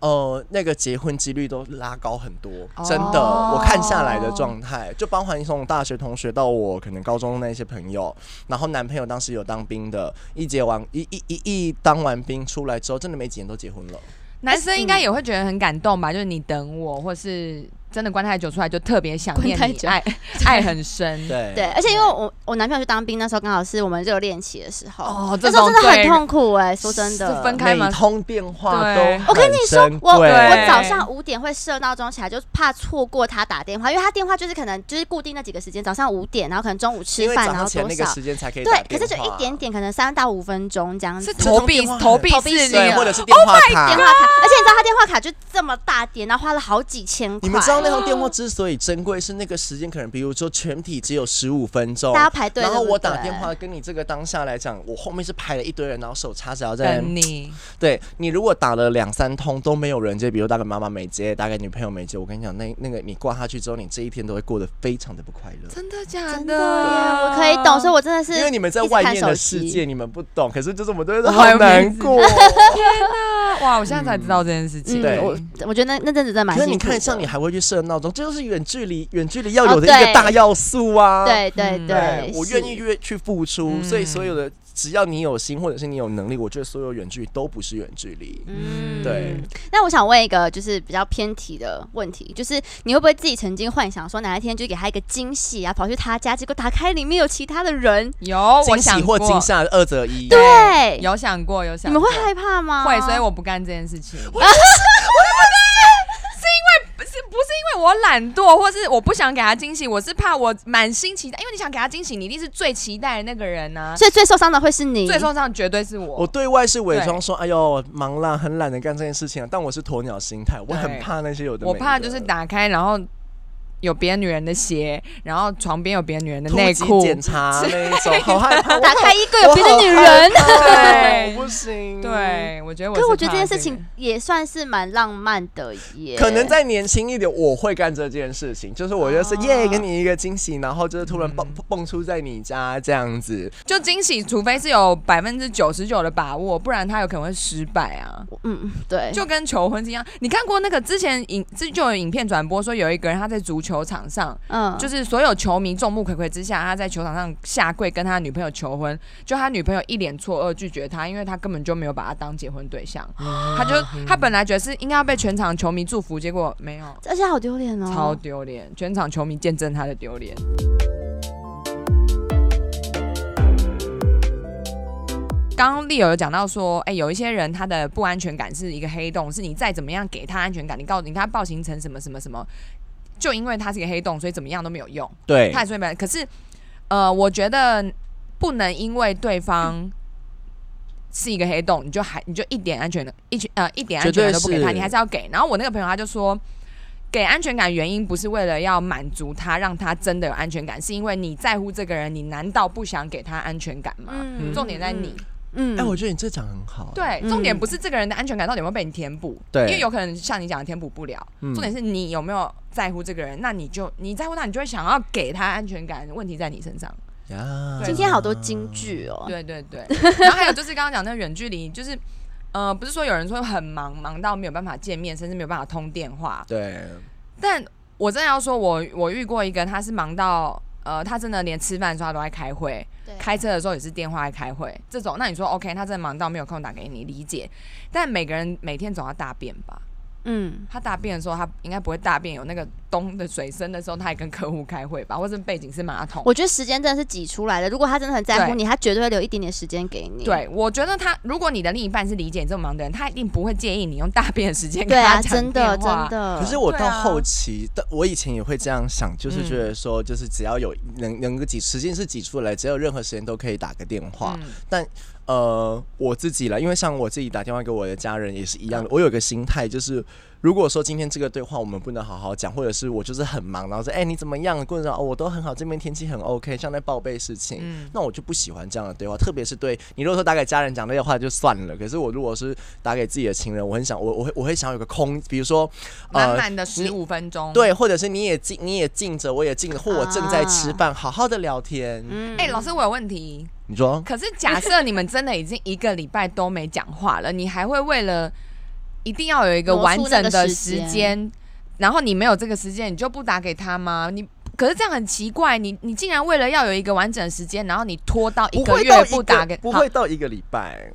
Speaker 3: 呃，那个结婚几率都拉高很多，真的。
Speaker 2: 哦
Speaker 3: 我看下来的状态，就包含从大学同学到我可能高中那些朋友，然后男朋友当时有当兵的，一结完一一一一当完兵出来之后，真的没几年都结婚了。
Speaker 2: 男生
Speaker 3: 嗯
Speaker 2: 应该也会觉得很感动吧？就是你等我，或是真的关太久出来，就特别想念
Speaker 1: 关太
Speaker 2: 你，
Speaker 1: 久
Speaker 2: 爱爱很深。
Speaker 3: 对
Speaker 1: 嗯对，而且因为我我男朋友去当兵，那时候刚好是我们热恋期的时候，
Speaker 2: 哦
Speaker 1: 那
Speaker 2: 这
Speaker 1: 时候
Speaker 2: 种
Speaker 1: 真的很
Speaker 2: 对
Speaker 1: 痛苦哎，说真的，
Speaker 2: 是分开吗
Speaker 3: 每通电话都
Speaker 2: 对
Speaker 1: 我跟你说
Speaker 3: 很珍，
Speaker 1: 我
Speaker 3: 贵
Speaker 1: 我早上五点会设闹钟起来，就怕错过他打电话，因为他电话就是可能就是固定那几个时间，早上五点，然后可能中午吃
Speaker 3: 因为
Speaker 1: 饭，
Speaker 3: 早
Speaker 1: 然
Speaker 3: 上
Speaker 1: 后
Speaker 3: 前
Speaker 1: 多
Speaker 3: 那个
Speaker 1: 少。
Speaker 3: 时间才可以打
Speaker 1: 对，可
Speaker 3: 电话，
Speaker 1: 是就一点点，可能三到五分钟这样子
Speaker 2: 是。
Speaker 3: 这
Speaker 2: 投
Speaker 3: 通
Speaker 2: 币
Speaker 3: 电话
Speaker 2: 投币
Speaker 1: 投币
Speaker 2: 式
Speaker 1: 式
Speaker 2: 那
Speaker 3: 对，
Speaker 2: 个
Speaker 3: 或者是啊电
Speaker 1: Oh
Speaker 3: 话卡
Speaker 1: 电话卡，而且你知道他电话卡就这么大点，然后花了好几千块。
Speaker 3: 你们知道那通电话之所以珍贵，是那个时间可能，比如说全体只有十五分钟，
Speaker 1: 大家排队
Speaker 3: 然后
Speaker 1: 对不
Speaker 3: 我打
Speaker 1: 对
Speaker 3: 电话跟你这个当下来讲，我后面是排了一堆人，然后手插着要
Speaker 1: 嗯
Speaker 3: 在
Speaker 2: 等你，
Speaker 3: 对你如果打了两三通都没有人接，比如打给妈妈没接，打给女朋友没接，我跟你讲，那那个你挂下去之后，你这一天都会过得非常的不快乐。
Speaker 2: 真的啊假
Speaker 1: 真的耶，我可以懂，所以我真的是
Speaker 3: 因为你们在
Speaker 1: 一直
Speaker 3: 外
Speaker 1: 看
Speaker 3: 面
Speaker 1: 手
Speaker 3: 的世
Speaker 1: 机
Speaker 3: 界，你们不懂，可是就是我们都会说
Speaker 2: 我
Speaker 3: 好
Speaker 2: 还有面
Speaker 3: 难
Speaker 2: 子
Speaker 3: 过。
Speaker 2: 哇，我现在才知道这件事情。
Speaker 1: 嗯
Speaker 3: 对
Speaker 1: 我我觉得那那阵子真的蛮
Speaker 3: 可是
Speaker 1: 辛苦
Speaker 3: 你
Speaker 1: 的。
Speaker 3: 看，像你还会去设闹钟，这就是远距离，远距离要
Speaker 1: 哦
Speaker 3: 有的一个
Speaker 1: 对
Speaker 3: 大要素啊。
Speaker 1: 对对
Speaker 2: 嗯
Speaker 1: 对，
Speaker 3: 我
Speaker 1: 是
Speaker 3: 愿意越去付出，
Speaker 2: 嗯
Speaker 3: 所以所有的只要你有心或者是你有能力，我觉得所有远距离都不是远距离。
Speaker 1: 嗯
Speaker 3: 对。
Speaker 1: 那我想问一个就是比较偏题的问题，就是你会不会自己曾经幻想说哪一天就给他一个惊喜啊，跑去他家，结果打开里面有其他的人？
Speaker 2: 有我
Speaker 3: 惊喜
Speaker 2: 想
Speaker 3: 或
Speaker 2: 过，
Speaker 3: 惊吓二择一，
Speaker 1: 对，
Speaker 2: 有想过，有想
Speaker 1: 你们
Speaker 2: 过。
Speaker 1: 会害怕吗？
Speaker 2: 会，所以我不干这件事情。我也不是，是因为不是不是因为我懒惰，或是我不想给他惊喜，我是怕我满心期待，因为你想给他惊喜，你一定是最期待的那个人呐、
Speaker 1: 所以最受伤的会是你。
Speaker 2: 最受伤绝对是我。
Speaker 3: 我对外是伪装说，哎呦忙啦，很懒得干这件事情、啊，但我是鸵鸟心态，我很怕那些有的没
Speaker 2: 我
Speaker 3: 的
Speaker 2: 怕就是打开，然后有别的女人的鞋，然后床边有别的女人的
Speaker 3: 突
Speaker 2: 内
Speaker 3: 击
Speaker 2: 裤。
Speaker 3: 检查那一种，好害 怕，
Speaker 1: 打开衣柜有别的女
Speaker 3: 人
Speaker 1: 人。，
Speaker 3: 对，
Speaker 2: 对
Speaker 3: 我不行，。
Speaker 2: 对，我觉得我。
Speaker 1: 嗯可是我觉得这件事情，也算是蛮浪漫的耶。
Speaker 3: 可能再年轻一点，我会干这件事情，就是我就是、
Speaker 2: 哦嗯
Speaker 3: 耶，给你一个惊喜，然后就是突然蹦、蹦出在你家这样子，
Speaker 2: 就惊喜，除非是有百分之九十九的把握，不然他有可能会失败啊。
Speaker 1: 嗯，嗯对，
Speaker 2: 就跟求婚是一样。你看过那个之前影之就有影片转播说，有一个人他在足球场上，
Speaker 1: 嗯，
Speaker 2: 就是是所有球迷众目睽睽之下，他在球场上下跪跟他女朋友求婚，就他女朋友一脸错愕拒绝他，因为他根本就没有把他当结婚对象，
Speaker 1: 嗯
Speaker 2: 他就他本来觉得是应该要被全场球迷祝福，结果没有。
Speaker 1: 而且好丢脸哦。
Speaker 2: 超丢脸，全场球迷见证他的丢脸。刚刚丽友有讲到说，哎、有一些人他的不安全感是一个黑洞，是你再怎么样给他安全感，你告诉你他报行程什么什么什么，就因为他是一个黑洞，所以怎么样都没有用，
Speaker 3: 对
Speaker 2: 他也是会被。可是，呃，我觉得不能因为对方是一个黑洞，你就还你就一点安全的，一群呃一点安全感都不给
Speaker 3: 绝
Speaker 2: 他，
Speaker 3: 对是
Speaker 2: 你还是要给。然后我那个朋友他就说。给安全感原因不是为了要满足他，让他真的有安全感，是因为你在乎这个人，你难道不想给他安全感吗？
Speaker 1: 嗯
Speaker 2: 重点在你，
Speaker 1: 嗯，
Speaker 3: 哎、我觉得你这讲很好、
Speaker 2: 对，
Speaker 1: 嗯
Speaker 2: 重点不是这个人的安全感到底有没有被你填补，
Speaker 3: 对
Speaker 2: 因为有可能像你讲的填补不了，
Speaker 3: 嗯
Speaker 2: 重点是你有没有在乎这个人，那你就你在乎他，你就会想要给他安全感，问题在你身上。
Speaker 3: 呀
Speaker 1: 今天好多金句哦。
Speaker 2: 对对对， 然后还有就是刚刚讲那个远距离，就是呃，不是说有人说很忙，忙到没有办法见面，甚至没有办法通电话，
Speaker 3: 对，
Speaker 1: 嗯
Speaker 2: 但我真的要说我，我遇过一个，他是忙到呃，他真的连吃饭的时候他都在开会，
Speaker 1: 对
Speaker 2: 开车的时候也是电话在开会，这种，那你说 OK，他真的忙到没有空打给你，理解。但每个人每天总要大便吧？
Speaker 1: 嗯，
Speaker 2: 他大便的时候，他应该不会大便有那个咚的水声的时候，他还跟客户开会吧？或者背景是马桶？
Speaker 1: 我觉得时间真的是挤出来的。如果他真的很在乎
Speaker 2: 对
Speaker 1: 你，他绝对会留一点点时间给你。
Speaker 2: 对，我觉得他，如果你的另一半是理解你这么忙的人，他一定不会介意你用大便的时间
Speaker 1: 对
Speaker 2: 跟
Speaker 1: 啊，
Speaker 2: 他讲
Speaker 1: 真的
Speaker 2: 电
Speaker 1: 真
Speaker 2: 话。
Speaker 1: 的。
Speaker 3: 可是我
Speaker 2: 对
Speaker 3: 到
Speaker 2: 啊
Speaker 3: 后期，但我以前也会这样想，就是
Speaker 2: 嗯
Speaker 3: 觉得说，就是只要有能能够挤，时间是挤出来，只要有任何时间都可以打个电话。
Speaker 2: 嗯
Speaker 3: 呃，我自己了，因为像我自己打电话给我的家人也是一样的，我有个心态就是，如果说今天这个对话我们不能好好讲，或者是我就是很忙，然后说，哎、你怎么样？过程哦，我都很好，这边天气很 OK，像在报备事情。
Speaker 2: 嗯
Speaker 3: 那我就不喜欢这样的对话，特别是对你如果说打给家人讲这些话就算了，可是我如果是打给自己的情人，我很想我我会我会想有个空，比如说呃
Speaker 2: 满满的十五分钟。，
Speaker 3: 对，或者是你也静你也静着，我也静着，或我正
Speaker 2: 啊
Speaker 3: 在吃饭，好好的聊天。
Speaker 1: 嗯，
Speaker 2: 哎、老师，我有问题。
Speaker 3: 你说
Speaker 2: 可是假设你们真的已经一个礼拜都没讲话了，你还会为了一定要有一个完整
Speaker 1: 挪
Speaker 2: 的时
Speaker 1: 出那个时
Speaker 2: 间，然后你没有这个时间，你就不打给他吗？你可是这样很奇怪，你你竟然为了要有一个完整的时间，然后你拖到一个
Speaker 3: 会
Speaker 2: 月
Speaker 3: 到
Speaker 2: 不
Speaker 3: 一
Speaker 2: 打
Speaker 3: 个
Speaker 2: 给，
Speaker 3: 不
Speaker 2: 好
Speaker 3: 会到一个礼拜，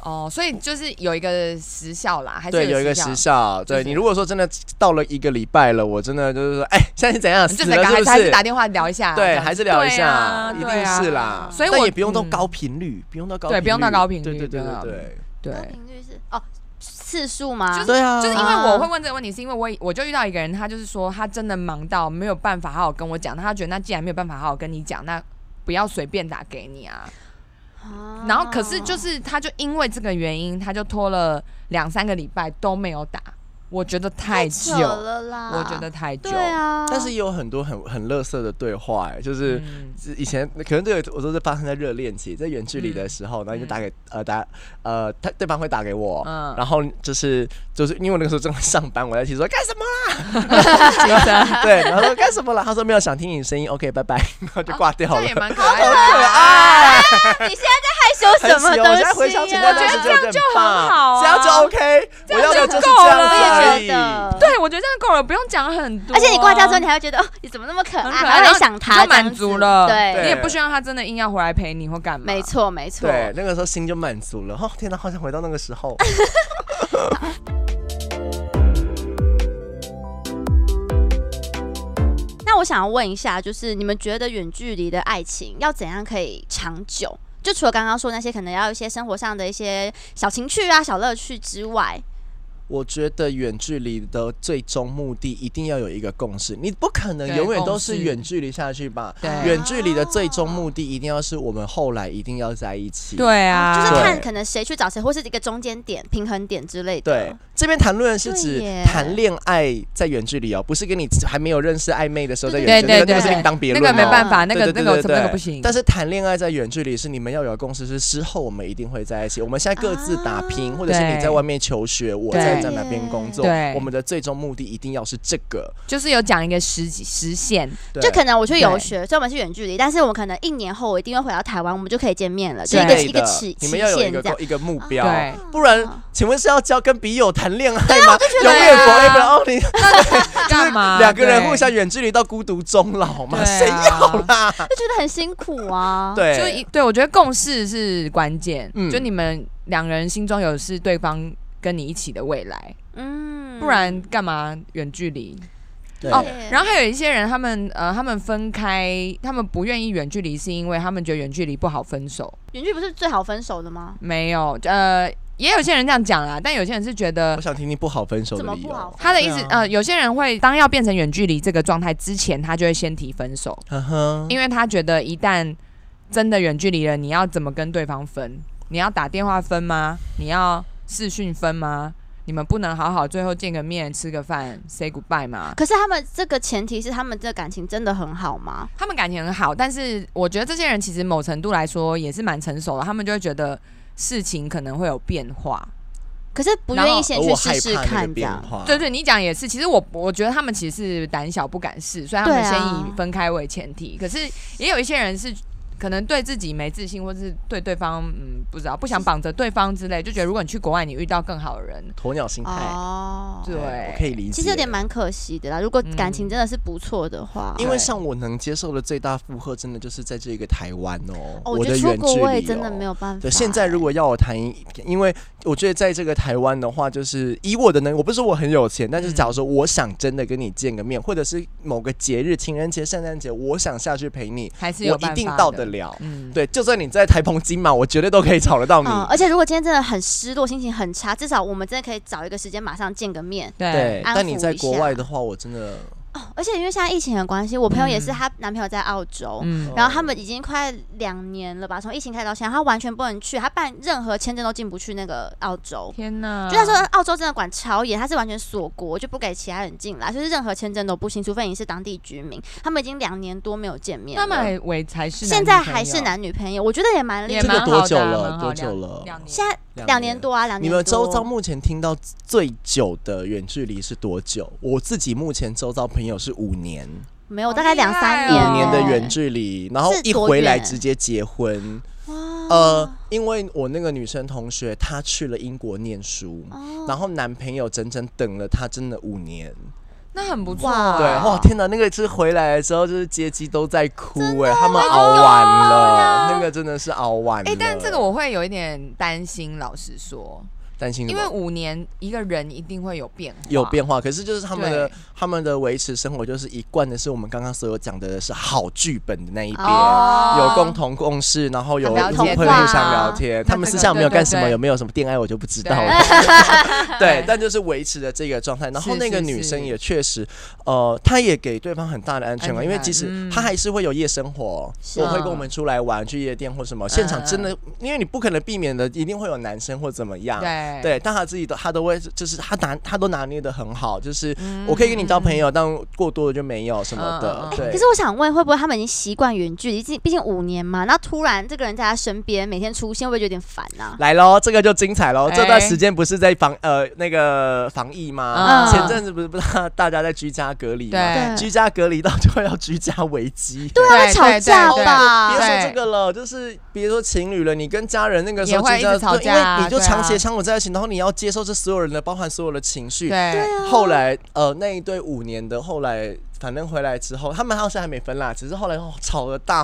Speaker 2: 哦，所以就是有一个时效啦，还是
Speaker 3: 对，有一个时
Speaker 2: 时效。
Speaker 3: 效。
Speaker 2: 就
Speaker 3: 对
Speaker 2: 是
Speaker 3: 你如果说真的到了一个礼拜了，我真的就是说，哎， 现在是怎样
Speaker 2: 你就
Speaker 3: 死
Speaker 2: 得
Speaker 3: 了
Speaker 2: 赶快
Speaker 3: 是不
Speaker 2: 还是
Speaker 3: 是？
Speaker 2: 打电话聊一下，这
Speaker 3: 对，
Speaker 2: 样
Speaker 3: 还是聊一
Speaker 2: 对
Speaker 3: 下
Speaker 2: 啊，
Speaker 3: 一
Speaker 2: 对
Speaker 3: 定
Speaker 2: 啊
Speaker 3: 是啦。
Speaker 2: 所以
Speaker 3: 但
Speaker 2: 我
Speaker 3: 也不用到
Speaker 2: 嗯
Speaker 3: 高频率，不用到高
Speaker 2: 对不用到高频率
Speaker 3: 对对对
Speaker 2: 不用到高
Speaker 3: 对
Speaker 2: 频对
Speaker 3: 对
Speaker 1: 高。频率是哦次数吗？
Speaker 2: 就是
Speaker 3: 对啊，
Speaker 2: 就是因为我会问这个问题，是因为我我就遇到一个人，他就是说他真的忙到没有办法好好跟我讲，他觉得那既然没有办法好好跟你讲，那不要随便打给你啊。
Speaker 1: 啊
Speaker 2: 然后可是就是他就因为这个原因，他就拖了两三个礼拜都没有打，我觉得太久，
Speaker 1: 久了啦，
Speaker 2: 我觉得太久。
Speaker 1: 对啊，
Speaker 3: 但是也有很多很很乐色的对话，哎，就是
Speaker 2: 嗯
Speaker 3: 以前可能这个我都是发生在热恋期，在远距离的时候，然后就打给呃打呃他对方会打给我，
Speaker 2: 嗯
Speaker 3: 然后就是就是因为我那个时候正在上班，我在一起说干什么啦？
Speaker 2: 精神
Speaker 3: 对，然后说干什么啦？他说没有想听你声音，OK，拜拜， 然后就挂掉
Speaker 2: 这
Speaker 3: 嗯了。
Speaker 2: 也
Speaker 3: 很
Speaker 2: 蛮可 爱的，啊
Speaker 3: 可爱，啊
Speaker 1: 你现在在害羞什么
Speaker 3: 喜
Speaker 1: 东西、啊？
Speaker 3: 欢。我现在回想起那段时间，我觉得很
Speaker 2: 很好
Speaker 3: 棒，
Speaker 2: 啊
Speaker 3: 只要就 OK，我要的就是
Speaker 2: 够
Speaker 3: 这样
Speaker 2: 了
Speaker 3: 子
Speaker 1: 我
Speaker 3: 而
Speaker 1: 也
Speaker 3: 已
Speaker 1: 觉。得。
Speaker 2: 对我觉得这样够了，不用讲很多啊、
Speaker 1: 而且你挂掉之后，你还会觉得哦，你怎么那么可爱，
Speaker 2: 很可爱
Speaker 1: 还会想他，
Speaker 2: 就满足了
Speaker 1: 这样子
Speaker 2: 你
Speaker 1: 对，
Speaker 2: 也不需要他真的硬要回来陪你或干嘛。
Speaker 1: 没错，没错。
Speaker 3: 对，那个时候心就满足了。哦，天哪，好想回到那个时候。
Speaker 1: 那我想要问一下，就是你们觉得远距离的爱情要怎样可以长久？就除了刚刚说那些可能要一些生活上的一些小情趣啊、小乐趣之外，
Speaker 3: 我觉得远距离的最终目的一定要有一个共识，你不可能
Speaker 2: 对
Speaker 3: 永远都
Speaker 2: 共识
Speaker 3: 是远距离下去吧？
Speaker 2: 对
Speaker 3: 远距离的最终目的一定要是我们后来一定要在一起。
Speaker 2: 对
Speaker 1: 哦
Speaker 2: 啊，
Speaker 1: 就是
Speaker 3: 对
Speaker 1: 看可能谁去找谁，或是一个中间点、平衡点之类的。
Speaker 3: 对，这边谈论是指
Speaker 1: 对耶
Speaker 3: 谈恋爱在远距离哦，不是跟你还没有认识暧昧的时候在远
Speaker 2: 对
Speaker 3: 距离，
Speaker 2: 对
Speaker 3: 那个那
Speaker 2: 对，
Speaker 3: 个是另当别论
Speaker 2: 那
Speaker 3: 哦。
Speaker 2: 个没办法，那个那
Speaker 3: 对对
Speaker 2: 个
Speaker 3: 对
Speaker 2: 什
Speaker 3: 对
Speaker 2: 么那个
Speaker 3: 对
Speaker 2: 不行。
Speaker 3: 但是谈恋爱在远距离是你们要有共识，是之后我们一定会在一起。我们现在各自打拼，
Speaker 1: 啊
Speaker 3: 或者是你
Speaker 2: 对
Speaker 3: 在外面求学，我
Speaker 2: 对
Speaker 3: 在在哪边工作
Speaker 2: 对，
Speaker 3: 我们的最终目的一定要是这个。
Speaker 2: 就是有讲一个时时限，
Speaker 3: 对
Speaker 1: 就可能我去游
Speaker 2: 对
Speaker 1: 学，所以我们是远距离，但是我可能一年后我一定会回到台湾，我们就可以见面了，就
Speaker 2: 对
Speaker 1: 一
Speaker 3: 之
Speaker 1: 个
Speaker 3: 类
Speaker 1: 一个
Speaker 3: 的
Speaker 1: 期
Speaker 3: 你
Speaker 1: 期
Speaker 3: 们要有一
Speaker 1: 限
Speaker 3: 个
Speaker 1: 这样哦
Speaker 3: 共。一个目标，
Speaker 2: 对，
Speaker 3: 不然
Speaker 1: 啊，
Speaker 3: 请问是要教跟笔友谈恋爱吗？永
Speaker 2: 对啊
Speaker 3: 远 forever only，
Speaker 2: 干嘛？
Speaker 3: 哦两个人
Speaker 2: 啊对
Speaker 3: 互相远距离到孤独终老吗？
Speaker 2: 对啊
Speaker 3: 谁要啦？
Speaker 1: 就觉得很辛苦啊。，
Speaker 2: 就
Speaker 3: 对
Speaker 2: 一，对我觉得共识是关键，
Speaker 3: 嗯
Speaker 2: 就你们两个人心中有是对方跟你一起的未来，
Speaker 1: 嗯
Speaker 2: 不然干嘛远距离？
Speaker 3: 对
Speaker 2: 哦
Speaker 1: 对
Speaker 2: 然后还有一些人，他们呃，他们分开，他们不愿意远距离，是因为他们觉得远距离不好分手。
Speaker 1: 远距不是最好分手的吗？
Speaker 2: 没有，呃，也有些人这样讲啦，但有些人是觉得
Speaker 3: 我想听听不好分手的
Speaker 1: 怎么
Speaker 3: 理
Speaker 1: 不好
Speaker 3: 由。
Speaker 1: 分？
Speaker 2: 他的意思，
Speaker 3: 对啊
Speaker 2: 呃，有些人会当要变成远距离这个状态之前，他就会先提分手，
Speaker 3: 嗯哼，
Speaker 2: 因为他觉得一旦真的远距离了，你要怎么跟对方分？你要打电话分吗？你要视讯分吗？你们不能好好最后见个面吃个饭 say goodbye 吗？
Speaker 1: 可是他们这个前提是他们这感情真的很好吗？
Speaker 2: 他们感情很好，但是我觉得这些人其实某程度来说也是蛮成熟的，他们就会觉得事情可能会有变化。
Speaker 1: 可是不愿意先
Speaker 3: 而
Speaker 1: 去
Speaker 3: 我
Speaker 1: 试
Speaker 3: 害
Speaker 1: 试
Speaker 3: 怕那
Speaker 1: 看
Speaker 3: 个
Speaker 1: 这
Speaker 3: 变
Speaker 1: 样。
Speaker 3: 化。
Speaker 2: 对对，你讲也是。其实我我觉得他们其实是胆小不敢试，所以他们
Speaker 1: 对啊
Speaker 2: 先以分开为前提。可是也有一些人是可能对自己没自信，或是对对方嗯不知道不想绑着对方之类，就觉得如果你去国外，你遇到更好的人，
Speaker 3: 鸵鸟心态，哎
Speaker 1: 哦，
Speaker 2: 对，
Speaker 3: 我可以理解。
Speaker 1: 其实有点蛮可惜的啦。如果感情真的是不错的话，
Speaker 3: 因为像我能接受的最大负荷，真的就是在这个台湾哦，
Speaker 1: 哦
Speaker 3: 我
Speaker 1: 觉
Speaker 3: 的
Speaker 1: 得出
Speaker 3: 远
Speaker 1: 国
Speaker 3: 距
Speaker 1: 我也
Speaker 3: 离哦
Speaker 1: 真的没
Speaker 3: 有。
Speaker 1: 有办法欸。
Speaker 3: 对，现在如果要我谈一，因为我觉得在这个台湾的话，就是以我的能，我不是说我很有钱，但是
Speaker 2: 嗯
Speaker 3: 假如说我想真的跟你见个面，或者是某个节日，情人节、圣诞节，我想下去陪你，
Speaker 2: 还是有
Speaker 3: 我
Speaker 2: 办
Speaker 3: 一
Speaker 2: 法
Speaker 3: 定到得了。
Speaker 2: 嗯，
Speaker 3: 对，就算你在台澎金马，我绝对都可以找得到你。
Speaker 1: 嗯，而且如果今天真的很失落，心情很差，至少我们真的可以找一个时间马上见个面。
Speaker 3: 对，
Speaker 1: 安
Speaker 3: 但你
Speaker 1: 抚
Speaker 3: 在
Speaker 1: 一
Speaker 3: 国
Speaker 1: 下
Speaker 3: 外的话，我真的
Speaker 1: 哦，而且因为现在疫情的关系，我朋友也是，
Speaker 2: 嗯
Speaker 1: 她男朋友在澳洲。
Speaker 2: 嗯
Speaker 1: 然后他们已经快两年了吧，从疫情开始到现在，他完全不能去，他办任何签证都进不去那个澳洲。
Speaker 2: 天哪，
Speaker 1: 就他说澳洲真的管超严，他是完全锁国，就不给其他人进来，就是任何签证都不行，除非你是当地居民。他们已经两年多没有见面了，
Speaker 2: 他们还为才是
Speaker 1: 现在还是男女朋友，我觉得也蛮厉害。
Speaker 2: 也
Speaker 3: 这个
Speaker 2: 蛮
Speaker 3: 多
Speaker 2: 好
Speaker 3: 久
Speaker 2: 的啊
Speaker 3: 了
Speaker 2: 蛮好
Speaker 3: 多
Speaker 2: 两
Speaker 3: 久了
Speaker 2: 两年
Speaker 1: 现在两年。多啊，两
Speaker 3: 你
Speaker 1: 年多。
Speaker 3: 们周遭目前听到最久的远距离是多久？我自己目前周遭朋友是五年，
Speaker 1: 没有，
Speaker 2: 好
Speaker 1: 大概
Speaker 2: 厉害
Speaker 1: 两三
Speaker 2: 哦
Speaker 1: 年
Speaker 3: 五年的远
Speaker 1: 欸
Speaker 3: 距离，然后
Speaker 1: 是
Speaker 3: 一
Speaker 1: 多
Speaker 3: 回来
Speaker 1: 远
Speaker 3: 直接结婚。
Speaker 1: 哇
Speaker 2: 哦
Speaker 3: 呃，因为我那个女生同学她去了英国念书，
Speaker 1: 哦
Speaker 3: 然后男朋友整整等了她真的五年。
Speaker 2: 那很不错
Speaker 1: 哇
Speaker 2: 啊，
Speaker 3: 对，哇，
Speaker 1: 哦
Speaker 3: 天哪，那个是回来的时候就是接机都在哭哎、他们熬完了，那个真的是熬完了。
Speaker 2: 啊哎，但这个我会有一点担心，老实说，
Speaker 3: 担心什
Speaker 2: 因
Speaker 3: 么
Speaker 2: 为五年一个人一定会有变化，
Speaker 3: 有变化，可是就是他们的
Speaker 2: 对
Speaker 3: 他们的维持生活就是一贯的是我们刚刚所有讲的是好剧本的那一边。
Speaker 1: 哦
Speaker 3: 有共同共识，然后有
Speaker 2: 了
Speaker 3: 互
Speaker 2: 解
Speaker 3: 会互
Speaker 2: 哇
Speaker 3: 相聊天，他们私下有没有干什么，
Speaker 2: 对对对
Speaker 3: 有没有什么恋爱，我就不知道
Speaker 2: 对
Speaker 3: 了。 对
Speaker 2: 对，
Speaker 3: 但就是维持了这个状态。然后
Speaker 2: 是
Speaker 3: 那个
Speaker 2: 是
Speaker 3: 女生
Speaker 2: 是
Speaker 3: 也确实，呃，她也给对方很大的安全
Speaker 2: 安
Speaker 3: 感，
Speaker 2: 全
Speaker 3: 因为
Speaker 2: 感
Speaker 3: 即使
Speaker 2: 嗯啊
Speaker 3: 她还是会有夜生活，
Speaker 1: 是
Speaker 3: 我会跟我们出来玩，去夜店或什
Speaker 2: 嗯
Speaker 3: 么。现场真的，因为你不可能避免的，一定会有男生或怎么样。
Speaker 2: 对
Speaker 3: 对，但他自己都他都会，就是他拿他都拿捏的很好，就是我可以跟你交朋友，但过多的就没有什么
Speaker 2: 嗯嗯
Speaker 3: 的
Speaker 2: 嗯。
Speaker 1: 哎
Speaker 3: 对，
Speaker 1: 可是我想问，会不会他们已经习惯远距离？毕毕竟五年嘛，那突然这个人在他身边，每天出现，会不会觉得有点烦啊呐？
Speaker 3: 来喽，这个就精彩喽！
Speaker 2: 哎
Speaker 3: 这段时间不是在防呃那个防疫吗？
Speaker 2: 嗯
Speaker 3: 啊前阵子不是不是大家在居家隔离吗？
Speaker 2: 对
Speaker 1: 对
Speaker 3: 居家隔离到就要居家危机。
Speaker 1: 对啊，会
Speaker 2: 对
Speaker 1: 吵
Speaker 2: 对
Speaker 1: 架
Speaker 2: 对
Speaker 3: 别
Speaker 1: 吧？
Speaker 2: 对
Speaker 3: 说这个了，就是别说情侣了，你跟家人那个时候
Speaker 2: 也会
Speaker 3: 居家
Speaker 2: 一直吵架
Speaker 3: 对因为你就
Speaker 2: 对啊
Speaker 3: 长期相处在一起，然后你要接受这所有人的，包含所有的情绪。
Speaker 2: 对啊
Speaker 3: 后来呃那一对五年的，后来反正回来之后，他们好像还没分啦，只是后来、哦吵的大，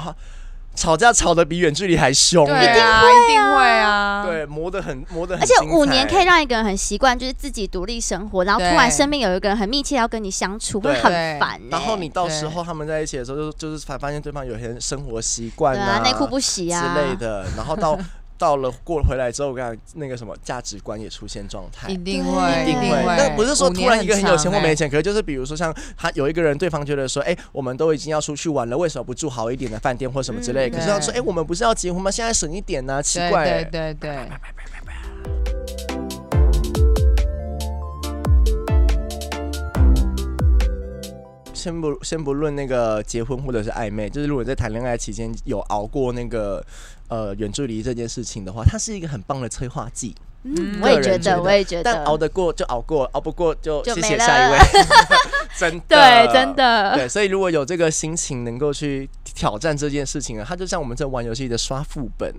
Speaker 3: 吵架吵的比远距离还凶、
Speaker 2: 对
Speaker 3: 欸，
Speaker 2: 啊，一定会啊，
Speaker 3: 对，磨得很磨得很
Speaker 1: 而
Speaker 3: 精
Speaker 1: 且
Speaker 3: 彩，
Speaker 1: 五年可以让一个人很习惯，就是自己独立生活，然后突然
Speaker 2: 对
Speaker 1: 身边有一个人很密切要跟你相处，会
Speaker 3: 对
Speaker 1: 很
Speaker 2: 对
Speaker 1: 烦欸。
Speaker 3: 然后你到时
Speaker 2: 对
Speaker 3: 候他们在一起的时候，就是就是发发现对方有些生活习惯
Speaker 1: 对啊，内裤不洗啊
Speaker 3: 之类。的，然后到 到了过回来之后，我跟你讲那个什么价值观也出现状态
Speaker 2: 一。定
Speaker 1: 对
Speaker 2: 会，
Speaker 1: 一定会
Speaker 2: 会。
Speaker 3: 但不是说
Speaker 2: 五
Speaker 3: 突
Speaker 2: 年
Speaker 3: 然一个很有钱
Speaker 2: 长
Speaker 3: 或没
Speaker 2: 欸，
Speaker 3: 钱，可是就是比如说像他有一个人，对方觉得说，哎，我们都已经要出去玩了，为什么不住好一点的饭店或什么之类的？
Speaker 2: 嗯
Speaker 3: 可是他说，
Speaker 2: 对
Speaker 3: 哎，我们不是要结婚吗？现在省一点呐，奇
Speaker 2: 对
Speaker 3: 怪
Speaker 2: 对
Speaker 3: 欸。
Speaker 2: 对对。
Speaker 3: 先不先不论那个结婚或者是暧昧，就是如果在谈恋爱期间有熬过那个呃远距离这件事情的话，它是一个很棒的催化剂。
Speaker 1: 嗯，
Speaker 2: 嗯
Speaker 1: 我也
Speaker 3: 个
Speaker 1: 觉
Speaker 3: 人觉
Speaker 1: 得，
Speaker 3: 得
Speaker 1: 我也觉得，
Speaker 3: 但熬得过就熬过，熬不过就
Speaker 1: 就
Speaker 3: 谢
Speaker 1: 没
Speaker 3: 谢
Speaker 1: 了
Speaker 3: 下一位。真的，
Speaker 1: 对，真。的，
Speaker 3: 对，所以如果有这个心情能够去挑战这件事情啊，它就像我们在玩游戏的刷副本。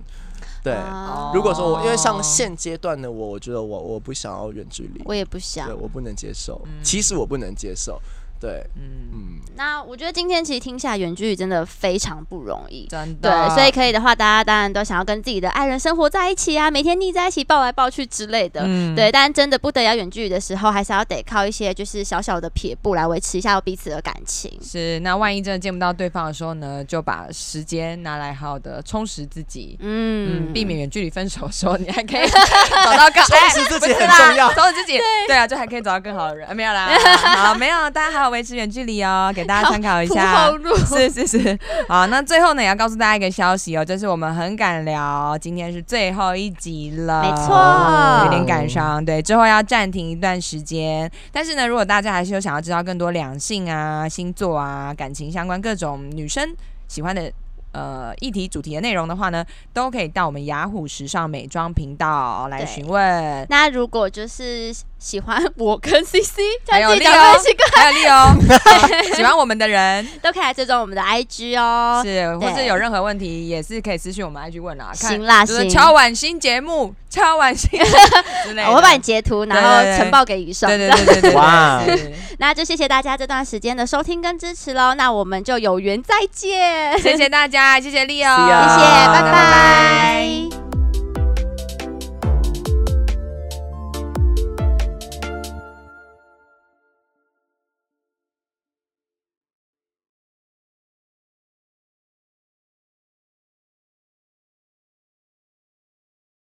Speaker 3: 对，
Speaker 1: 啊
Speaker 3: 哦如果说我因为像现阶段的我，我觉得我我不想要远距离，
Speaker 1: 我也不想
Speaker 3: 对。我不能接受，其实我不能接受。对，
Speaker 2: 嗯，
Speaker 3: 嗯，
Speaker 1: 那我觉得今天其实听下来远距离真的非常不容易。
Speaker 2: 真的，
Speaker 1: 对，所以可以的话，大家当然都想要跟自己的爱人生活在一起啊，每天腻在一起抱来抱去之类的。
Speaker 2: 嗯
Speaker 1: 对，但真的不得要远距离的时候，还是要得靠一些就是小小的撇步来维持一下彼此的感情。
Speaker 2: 是那万一真的见不到对方的时候呢，就把时间拿来好好的充实自己。
Speaker 1: 嗯，
Speaker 2: 嗯，避免远距离分手的时候，你还可以 找到更
Speaker 3: 充实自己很重要
Speaker 2: 哎不是啦充实自己，对啊，就还可以找到更好 的人，哎没有啦，好，没有，大家还要维持远距离哦，给大家参考一下
Speaker 1: 好铺后路。
Speaker 2: 是是是，好，那最后呢，也要告诉大家一个消息哦，就是我们很敢聊，今天是最后一集了，
Speaker 1: 没
Speaker 2: 有点
Speaker 1: 错。
Speaker 2: 感伤，对，之后要暂停一段时间。但是呢，如果大家还是有想要知道更多两性啊、星座啊、感情相关各种女生喜欢的呃议题主题的内容的话呢，都可以到我们雅虎时尚美妆频道来
Speaker 1: 对
Speaker 2: 询问。
Speaker 1: 那如果就是喜欢我跟 CC，这
Speaker 2: 还有
Speaker 1: 样自己讲
Speaker 2: Leo
Speaker 1: 会奇怪，
Speaker 2: 还有利 哦，喜欢我们的人
Speaker 1: 都可以来追踪我们的 IG 哦。
Speaker 2: 是，或者有任何问题也是可以私信我们 IG 问啦。看
Speaker 1: 行啦
Speaker 2: 就是
Speaker 1: 行
Speaker 2: 敲碗新节目，敲碗新之类的。
Speaker 1: 哦我会把你截图，然
Speaker 2: 对对
Speaker 1: 后
Speaker 2: 对
Speaker 1: 呈报给宇少。
Speaker 2: 对对对对对，
Speaker 3: 哇
Speaker 2: 对是
Speaker 1: 那就谢谢大家这段时间的收听跟支持喽。那我们就有缘再见，谢谢，
Speaker 2: 谢谢大家，谢谢利哦，
Speaker 3: See ya
Speaker 1: 拜
Speaker 3: 拜
Speaker 1: 拜